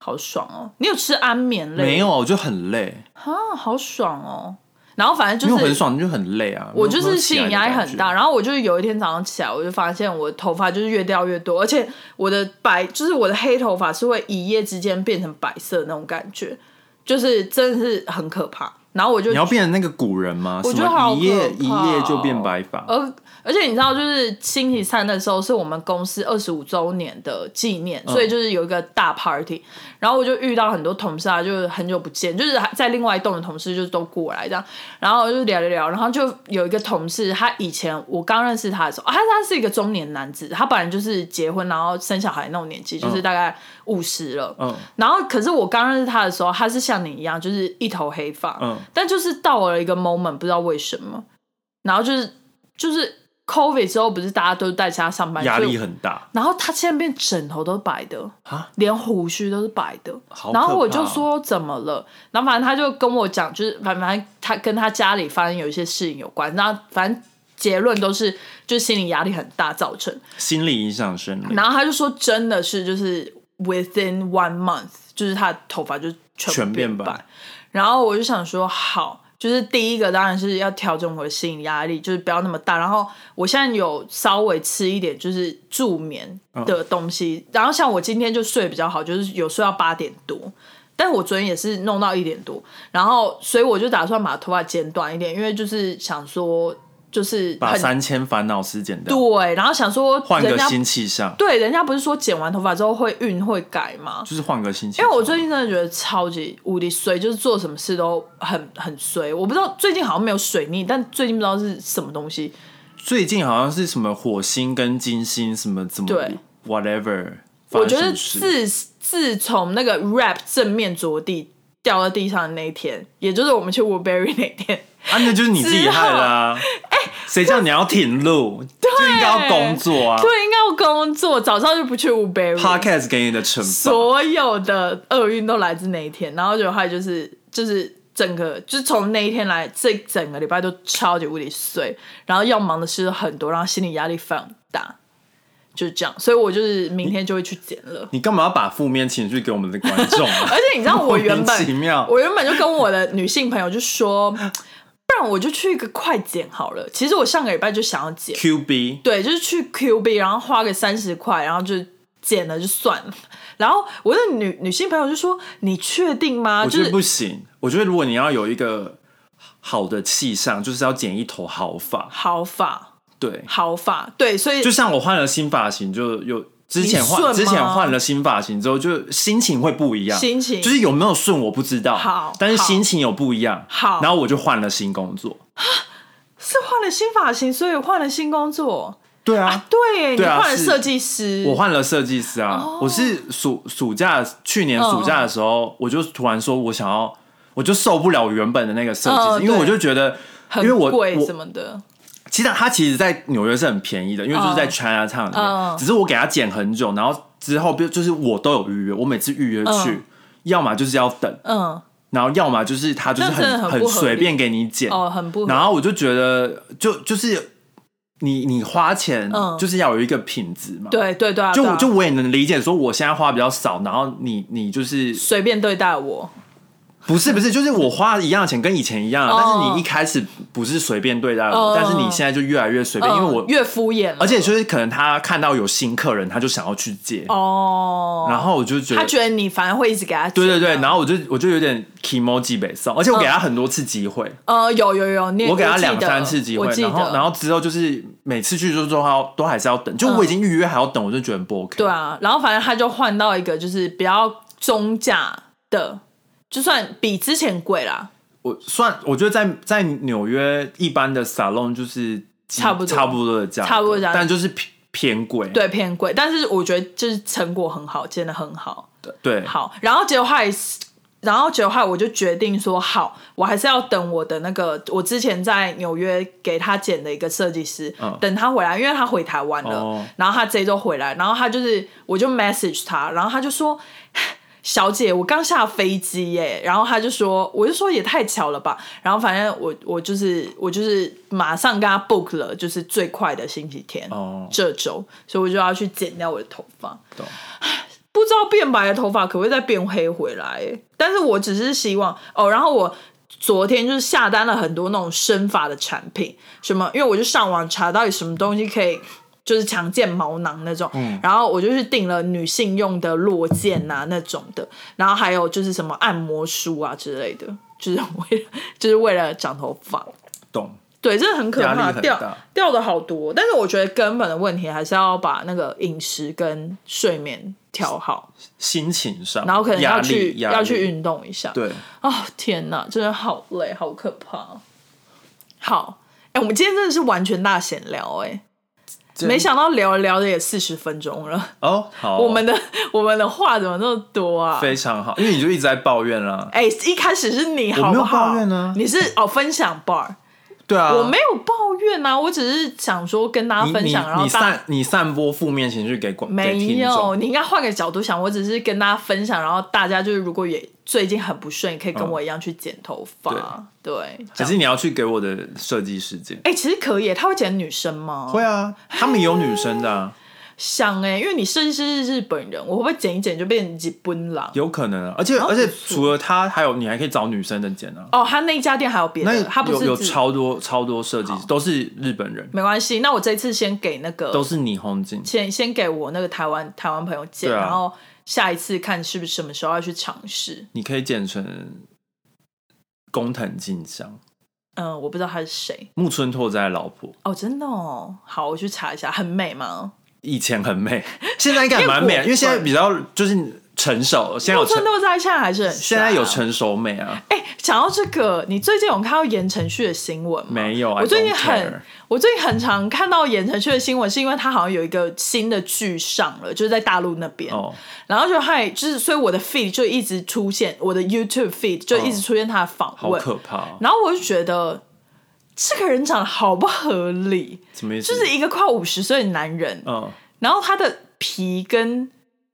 Speaker 1: 好爽哦。你有吃安眠类？
Speaker 2: 没有，我就很累，
Speaker 1: 啊，好爽哦。然后反正
Speaker 2: 没
Speaker 1: 就
Speaker 2: 有
Speaker 1: 是
Speaker 2: 很爽，就很累啊。
Speaker 1: 我就是心
Speaker 2: 心
Speaker 1: 理
Speaker 2: 理
Speaker 1: 压力很大，，然后我就是有一天早上起来，我就发现我的头发就是越掉越多，而且我的白就是我的黑头发是会一夜之间变成白色的那种感觉，就是真的是很可怕。然后我就
Speaker 2: 你要变成那个古人吗？
Speaker 1: 我
Speaker 2: 什
Speaker 1: 觉得好
Speaker 2: 么一夜
Speaker 1: 可怕哦呃
Speaker 2: 一夜就变白发，
Speaker 1: 而而且你知道，就是星期三的时候是我们公司二十五周年的纪念，所以就是有一个大 party。然后我就遇到很多同事啊，就是很久不见，就是还在另外一栋的同事就都过来这样，然后就聊聊聊，然后就有一个同事，他以前我刚认识他的时候，啊他他是一个中年男子，他本来就是结婚然后生小孩那种年纪，就是大概五十了，
Speaker 2: 嗯，
Speaker 1: 然后，可是我刚认识他的时候，他是像你一样，就是一头黑发，
Speaker 2: 嗯
Speaker 1: 但就是到了一个 moment，不知道为什么，然后就是就是 COVID 之后，不是大家都在家上班，
Speaker 2: 压
Speaker 1: 所
Speaker 2: 力
Speaker 1: 以
Speaker 2: 很大
Speaker 1: 然后他现在变整头都是白的，
Speaker 2: 啊。
Speaker 1: 连胡须都是白的，
Speaker 2: 好
Speaker 1: 然后我
Speaker 2: 可怕
Speaker 1: 就
Speaker 2: 哦
Speaker 1: 说怎么了，然后反正他就跟我讲，就是反反正他跟他家里发生有一些事情有关，然后反正结论都是就是心理压力很大造成，
Speaker 2: 心理影响生理，
Speaker 1: 然后他就说真的是就是 within one month，就是他的头发就全
Speaker 2: 全
Speaker 1: 变
Speaker 2: 变白
Speaker 1: 然后我就想说好。就是第一个当然是要调整我的心理压力，就是不要那么大。然后我现在有稍微吃一点就是助眠的东西，然后像我今天就睡比较好，就是有睡到八点多，但我昨天也是弄到一点多，然后所以我就打算把头发剪短一点，因为就是想说就是
Speaker 2: 把
Speaker 1: 很
Speaker 2: 三千烦恼丝剪掉，
Speaker 1: 对，然后想说
Speaker 2: 换
Speaker 1: 人
Speaker 2: 个
Speaker 1: 家
Speaker 2: 新气象，
Speaker 1: 对，人家不是说剪完头发之后会晕会改吗？
Speaker 2: 就是换个新气象。
Speaker 1: 因为我最近真的觉得超级无敌衰，就是做什么事都很很衰。我不知道最近好像没有水逆，但最近不知道是什么东西。
Speaker 2: 最近好像是什么火星跟金星什么怎么
Speaker 1: 对
Speaker 2: whatever，
Speaker 1: 我觉得
Speaker 2: 发生什么事
Speaker 1: 自自从那个 rap 正面着地掉到地上的那一天，也就是我们去 Woodbury 那天，
Speaker 2: 啊，那就是你自己害啦、哎， 谁叫你要挺路，就应该要工作啊。
Speaker 1: 对，应该要工作，早上就不去 Woodbury。
Speaker 2: Podcast 给你的惩罚，
Speaker 1: 所有的厄运都来自那一天，然后就还就是就是整个就是从那一天来，这整个礼拜都超级无敌碎，然后要忙的事很多，然后心理压力非常大，就是这样。所以我就是明天就会去剪了。
Speaker 2: 你干嘛要把负面情绪给我们的观众、啊
Speaker 1: 而？且你知道，我原
Speaker 2: 莫名其
Speaker 1: 本
Speaker 2: 妙
Speaker 1: 我原本就跟我的女性朋友就说，不然我就去一个快剪好了。其实我上个礼拜就想要剪，
Speaker 2: Q B
Speaker 1: 对，就是去 Q B，然后花个三十块，然后就剪了就算了。然后我的女女性朋友就说：“你确定吗？”
Speaker 2: 我
Speaker 1: 啊就
Speaker 2: 觉得
Speaker 1: 是
Speaker 2: 不行。我觉得如果你要有一个好的气象，就是要剪一头好发。
Speaker 1: 好法，
Speaker 2: 对，
Speaker 1: 好法，对，所以
Speaker 2: 就像我换了新发型，就又之前
Speaker 1: 你顺吗
Speaker 2: 换之前换了新发型之后，就心情会不一样。
Speaker 1: 心情
Speaker 2: 就是有没有顺我不知道，
Speaker 1: 好
Speaker 2: 但是
Speaker 1: 好
Speaker 2: 心情有不一样。
Speaker 1: 好
Speaker 2: 然后我就换了新工作。
Speaker 1: 是换了新发型，所以换了新工作
Speaker 2: 对啊，
Speaker 1: 啊。对耶，你
Speaker 2: 对啊
Speaker 1: 换了
Speaker 2: 是
Speaker 1: 设计师，
Speaker 2: 我换了设计师啊。
Speaker 1: 哦
Speaker 2: 我是暑暑假去年
Speaker 1: 嗯
Speaker 2: 暑假的时候，我就突然说我想要，我就受不了我原本的那个设计师，
Speaker 1: 嗯
Speaker 2: 因为
Speaker 1: 对
Speaker 2: 我就觉得，因
Speaker 1: 很
Speaker 2: 为我
Speaker 1: 贵什
Speaker 2: 我
Speaker 1: 么的，
Speaker 2: 其实它其实，在纽约是很便宜的，因为就是在
Speaker 1: 嗯
Speaker 2: China Town 里面，
Speaker 1: 嗯
Speaker 2: 只是我给它剪很久，然后之后就就是我都有预约，我每次预约去，
Speaker 1: 嗯
Speaker 2: 要么就是要等。
Speaker 1: 嗯，
Speaker 2: 然后要么就是他就是
Speaker 1: 那真的
Speaker 2: 很
Speaker 1: 很不合理
Speaker 2: 随便给你剪，
Speaker 1: 哦，很不合
Speaker 2: 然后我就觉得就就是你你花钱
Speaker 1: 嗯
Speaker 2: 就是要有一个品质嘛，，
Speaker 1: 对对对啊，
Speaker 2: 就
Speaker 1: 对啊
Speaker 2: 我就我也能理解说我现在花比较少，然后你你就是
Speaker 1: 随便对待我，
Speaker 2: 不是不是就是我花一样的钱跟以前一样，
Speaker 1: 哦
Speaker 2: 但是你一开始不是随便对待
Speaker 1: 哦
Speaker 2: 我，但是你现在就越来越随便，因为我
Speaker 1: 嗯越敷衍了，
Speaker 2: 而且就是可能他看到有新客人，他就想要去接，
Speaker 1: 哦，
Speaker 2: 然后我就觉
Speaker 1: 他
Speaker 2: 得。
Speaker 1: 觉得你反而会一直给他，
Speaker 2: 对对对，然后我就我就有点 emoji 北宋，而且我给他很多次机会，
Speaker 1: 呃，有有有，你
Speaker 2: 我给他
Speaker 1: 记得
Speaker 2: 两三次机会
Speaker 1: 我，记得嗯
Speaker 2: 然后然后之后就是每次去就说他都还是要等，就我已经预约还要等，我就觉得很不 OK。
Speaker 1: 对啊，然后反正他就换到一个就是比较中价的，就算比之前贵啦，
Speaker 2: 我算我觉得在在纽约一般的 salon 就是几
Speaker 1: 差不多
Speaker 2: 差不多的价格，
Speaker 1: 差不多的价格
Speaker 2: 但就是偏偏贵。
Speaker 1: 对，偏贵，但是我觉得就是成果很好，真的很好，
Speaker 2: 对，
Speaker 1: 好，然后结果后来是。然后结果后来我就决定说，好，我还是要等我的那个我之前在纽约给他剪的一个设计师，
Speaker 2: 嗯
Speaker 1: 等他回来，因为他回台湾了，
Speaker 2: 哦
Speaker 1: 然后他这一周回来，然后他就是我就 message 他，然后他就说。 小姐，我刚下飞机耶，然后他就说，我就说也太巧了吧，然后反正我我就是我就是马上跟他 book 了，就是最快的星期天，
Speaker 2: 哦
Speaker 1: 这周，所以我就要去剪掉我的头发
Speaker 2: 懂。
Speaker 1: 不知道变白的头发可不可以再变黑回来耶，但是我只是希望哦，然后我昨天就是下单了很多那种生发的产品，什么，因为我就上网查到底什么东西可以。就是强健毛囊那种，
Speaker 2: 嗯
Speaker 1: 然后我就去订了女性用的落健啊那种的，然后还有就是什么按摩梳啊之类的，就是为了就是为了长头发，
Speaker 2: 懂。
Speaker 1: 对，真的很可
Speaker 2: 压
Speaker 1: 怕，
Speaker 2: 力很
Speaker 1: 掉
Speaker 2: 大
Speaker 1: 掉的好多。但是我觉得根本的问题还是要把那个饮食跟睡眠调好，
Speaker 2: 心情上，
Speaker 1: 然后可能
Speaker 2: 压
Speaker 1: 要
Speaker 2: 力
Speaker 1: 去
Speaker 2: 压力
Speaker 1: 要去运动一下。
Speaker 2: 对，
Speaker 1: 哦，天哪，真的好累，好可怕。好，哎、我们今天真的是完全大闲聊、哎，没想到聊聊的也四十分钟了，
Speaker 2: 哦，好，
Speaker 1: 我们的 我们的话怎么那么多啊？
Speaker 2: 非常好，因为你就一直在抱怨啊啦。
Speaker 1: 哎、一开始是你好不
Speaker 2: 我没有
Speaker 1: 好？
Speaker 2: 抱怨啊
Speaker 1: 你是哦分享 bar，、
Speaker 2: 对啊，
Speaker 1: 我没有抱怨啊，我只是想说跟大家
Speaker 2: 你
Speaker 1: 分享，
Speaker 2: 你
Speaker 1: 然后
Speaker 2: 你
Speaker 1: 大家
Speaker 2: 散你散播负面情绪给广给
Speaker 1: 没
Speaker 2: 听
Speaker 1: 有，
Speaker 2: 众，
Speaker 1: 你应该换个角度想。我只是跟大家分享，然后大家就是如果也最近很不顺，也可以跟我一样去剪头发。对，
Speaker 2: 还
Speaker 1: 这样
Speaker 2: 是你要去给我的设计时间？
Speaker 1: 哎、其实可以耶，他会剪女生吗？
Speaker 2: 会啊，他们也有女生的、啊，
Speaker 1: 想哎、因为你设计师是日本人，我会不会剪一剪就变成日本狼？
Speaker 2: 有可能啊。而且、
Speaker 1: 好
Speaker 2: 而
Speaker 1: 像
Speaker 2: 且
Speaker 1: 不错
Speaker 2: 除了他，还有你还可以找女生的剪啊。
Speaker 1: 哦，他那一家店还有别
Speaker 2: 那
Speaker 1: 的，他不
Speaker 2: 有
Speaker 1: 是
Speaker 2: 有
Speaker 1: 自
Speaker 2: 超多超多设计师都是日本人，
Speaker 1: 没关系。那我这次先给那个
Speaker 2: 都是霓虹镜。
Speaker 1: 先先给我那个台湾台湾朋友剪，
Speaker 2: 对啊
Speaker 1: 然后下一次看是不是什么时候要去尝试。
Speaker 2: 你可以剪成工藤静香、
Speaker 1: 嗯，我不知道他是谁
Speaker 2: 木村拓哉的老婆，
Speaker 1: 哦，真的哦。好，我去查一下，很美吗？
Speaker 2: 以前很 美，现在应该也蛮美的，因
Speaker 1: 因为我
Speaker 2: 为现在比较就是成熟，现在有
Speaker 1: 木村
Speaker 2: 成
Speaker 1: 拓哉现在还是很、啊、
Speaker 2: 现在有。成熟美啊，
Speaker 1: 哎、讲到这个，你最近有看到言承旭的新闻吗？
Speaker 2: 没有，I
Speaker 1: 我最近
Speaker 2: don't
Speaker 1: 很
Speaker 2: care，
Speaker 1: 我最近很常看到言承旭的新闻，是因为他好像有一个新的剧上了，就是在大陆那边。
Speaker 2: 哦，
Speaker 1: 然后就还就是，所以我的 feed 就一直出现，我的 YouTube feed 就一直出现他的访
Speaker 2: 哦好
Speaker 1: 问。
Speaker 2: 可怕、哦，
Speaker 1: 然后我就觉得这个人长得好不合理，
Speaker 2: 什么意思？
Speaker 1: 就是一个快五十岁的男人，
Speaker 2: 嗯，
Speaker 1: 然后他的皮跟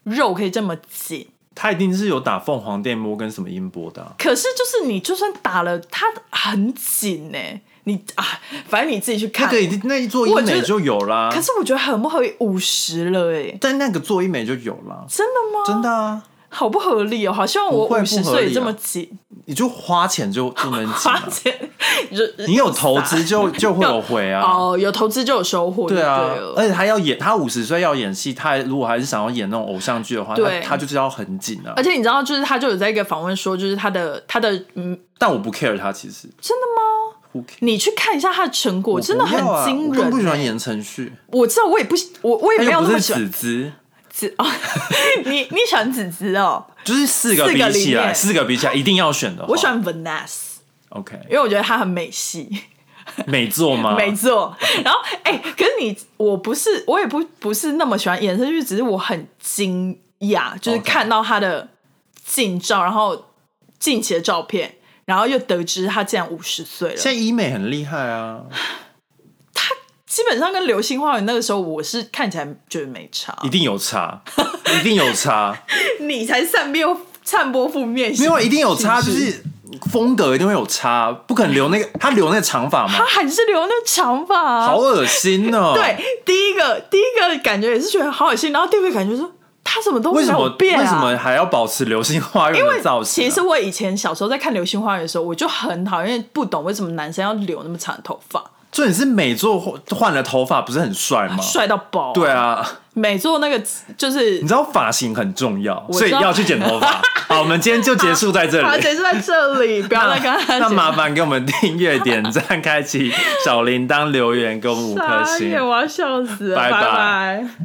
Speaker 1: 肉可以这么紧。
Speaker 2: 他一定是有打凤凰电波跟什么音波的啊、
Speaker 1: 可是就是你就算打了，它很紧呢、你啊，反正你自己去看。
Speaker 2: 那个已经那一做
Speaker 1: 我
Speaker 2: 医
Speaker 1: 觉
Speaker 2: 美
Speaker 1: 得
Speaker 2: 就有啦，
Speaker 1: 可是我觉得很不合理，五十了哎、
Speaker 2: 但那个做医美就有啦，
Speaker 1: 真的吗？
Speaker 2: 真的啊，
Speaker 1: 好不合理哦，好希望我
Speaker 2: 不会
Speaker 1: 五
Speaker 2: 不
Speaker 1: 十
Speaker 2: 合理啊
Speaker 1: 岁这么紧，
Speaker 2: 你就花钱就就能剪、
Speaker 1: 花
Speaker 2: 啊，
Speaker 1: 钱就
Speaker 2: 你有投资就就会有回啊。
Speaker 1: 哦，有投资就有收获，
Speaker 2: 对啊，
Speaker 1: 了
Speaker 2: 而且他要演，他五十岁要演戏，他如果还是想要演那种偶像剧的话，
Speaker 1: 对
Speaker 2: 他他就是要很紧啊
Speaker 1: 而。且你知道，就是他就有在一个访问说，就是他的他的嗯，
Speaker 2: 但我不 care 他，其实
Speaker 1: 真的吗？
Speaker 2: who care？
Speaker 1: 你去看一下他的成果，
Speaker 2: 我
Speaker 1: 真的很
Speaker 2: 不要啊
Speaker 1: 惊
Speaker 2: 我根
Speaker 1: 人、欸
Speaker 2: 本不喜欢言承旭，
Speaker 1: 我知道，我也不喜我我也
Speaker 2: 他
Speaker 1: 没有
Speaker 2: 又
Speaker 1: 那
Speaker 2: 不
Speaker 1: 么
Speaker 2: 是
Speaker 1: 喜欢
Speaker 2: 子姿，
Speaker 1: 子哦， 你你喜欢子子哦？
Speaker 2: 就是四个
Speaker 1: 四
Speaker 2: 比
Speaker 1: 个里
Speaker 2: 起来，
Speaker 1: 面
Speaker 2: 四个比起来一定要选的话。
Speaker 1: 我喜欢 Vanessa，
Speaker 2: OK
Speaker 1: 因为我觉得她很美系。
Speaker 2: 美作吗？
Speaker 1: 没错。然后，哎、可是你，我不是，我也不不是那么喜欢衍生剧，只是我很惊讶，就是
Speaker 2: OK
Speaker 1: 看到他的近照，然后近期的照片，然后又得知他竟然五十岁了。
Speaker 2: 现在医美很厉害啊，
Speaker 1: 基本上跟流星花园那个时候，我是看起来觉得没差，
Speaker 2: 一定有差，一定有差，
Speaker 1: 你才散播散播负面，
Speaker 2: 没有啊一定有差，就是是风格一定会有差，不可能留那个他留那个长发嘛
Speaker 1: 他，还是留那长发、啊，
Speaker 2: 好恶心哦。
Speaker 1: 对，第一个第一个感觉也是觉得好恶心，然后第二个感觉说他什么都没
Speaker 2: 为什么、
Speaker 1: 有变、啊，
Speaker 2: 为什么还要保持流星花园
Speaker 1: 因为
Speaker 2: 的造型啊、
Speaker 1: 其实我以前小时候在看《流星花园》的时候，我就很讨厌，不懂为什么男生要留那么长的头发，
Speaker 2: 重点是美作换换了头发，不是很帅吗？
Speaker 1: 帅到爆、
Speaker 2: 对，啊，
Speaker 1: 每做那个就是
Speaker 2: 你知道发型很重要，
Speaker 1: 我
Speaker 2: 所
Speaker 1: 知
Speaker 2: 以
Speaker 1: 道
Speaker 2: 要去剪头 发。好，我们今天就结束在这
Speaker 1: 好，
Speaker 2: 里。
Speaker 1: 结束在这里，不要再跟他
Speaker 2: 那
Speaker 1: 讲。
Speaker 2: 麻烦给我们订阅、点赞、开启小铃铛、留言，给我们五颗
Speaker 1: 傻
Speaker 2: 星
Speaker 1: 眼，。我要笑死了，
Speaker 2: 拜拜
Speaker 1: 拜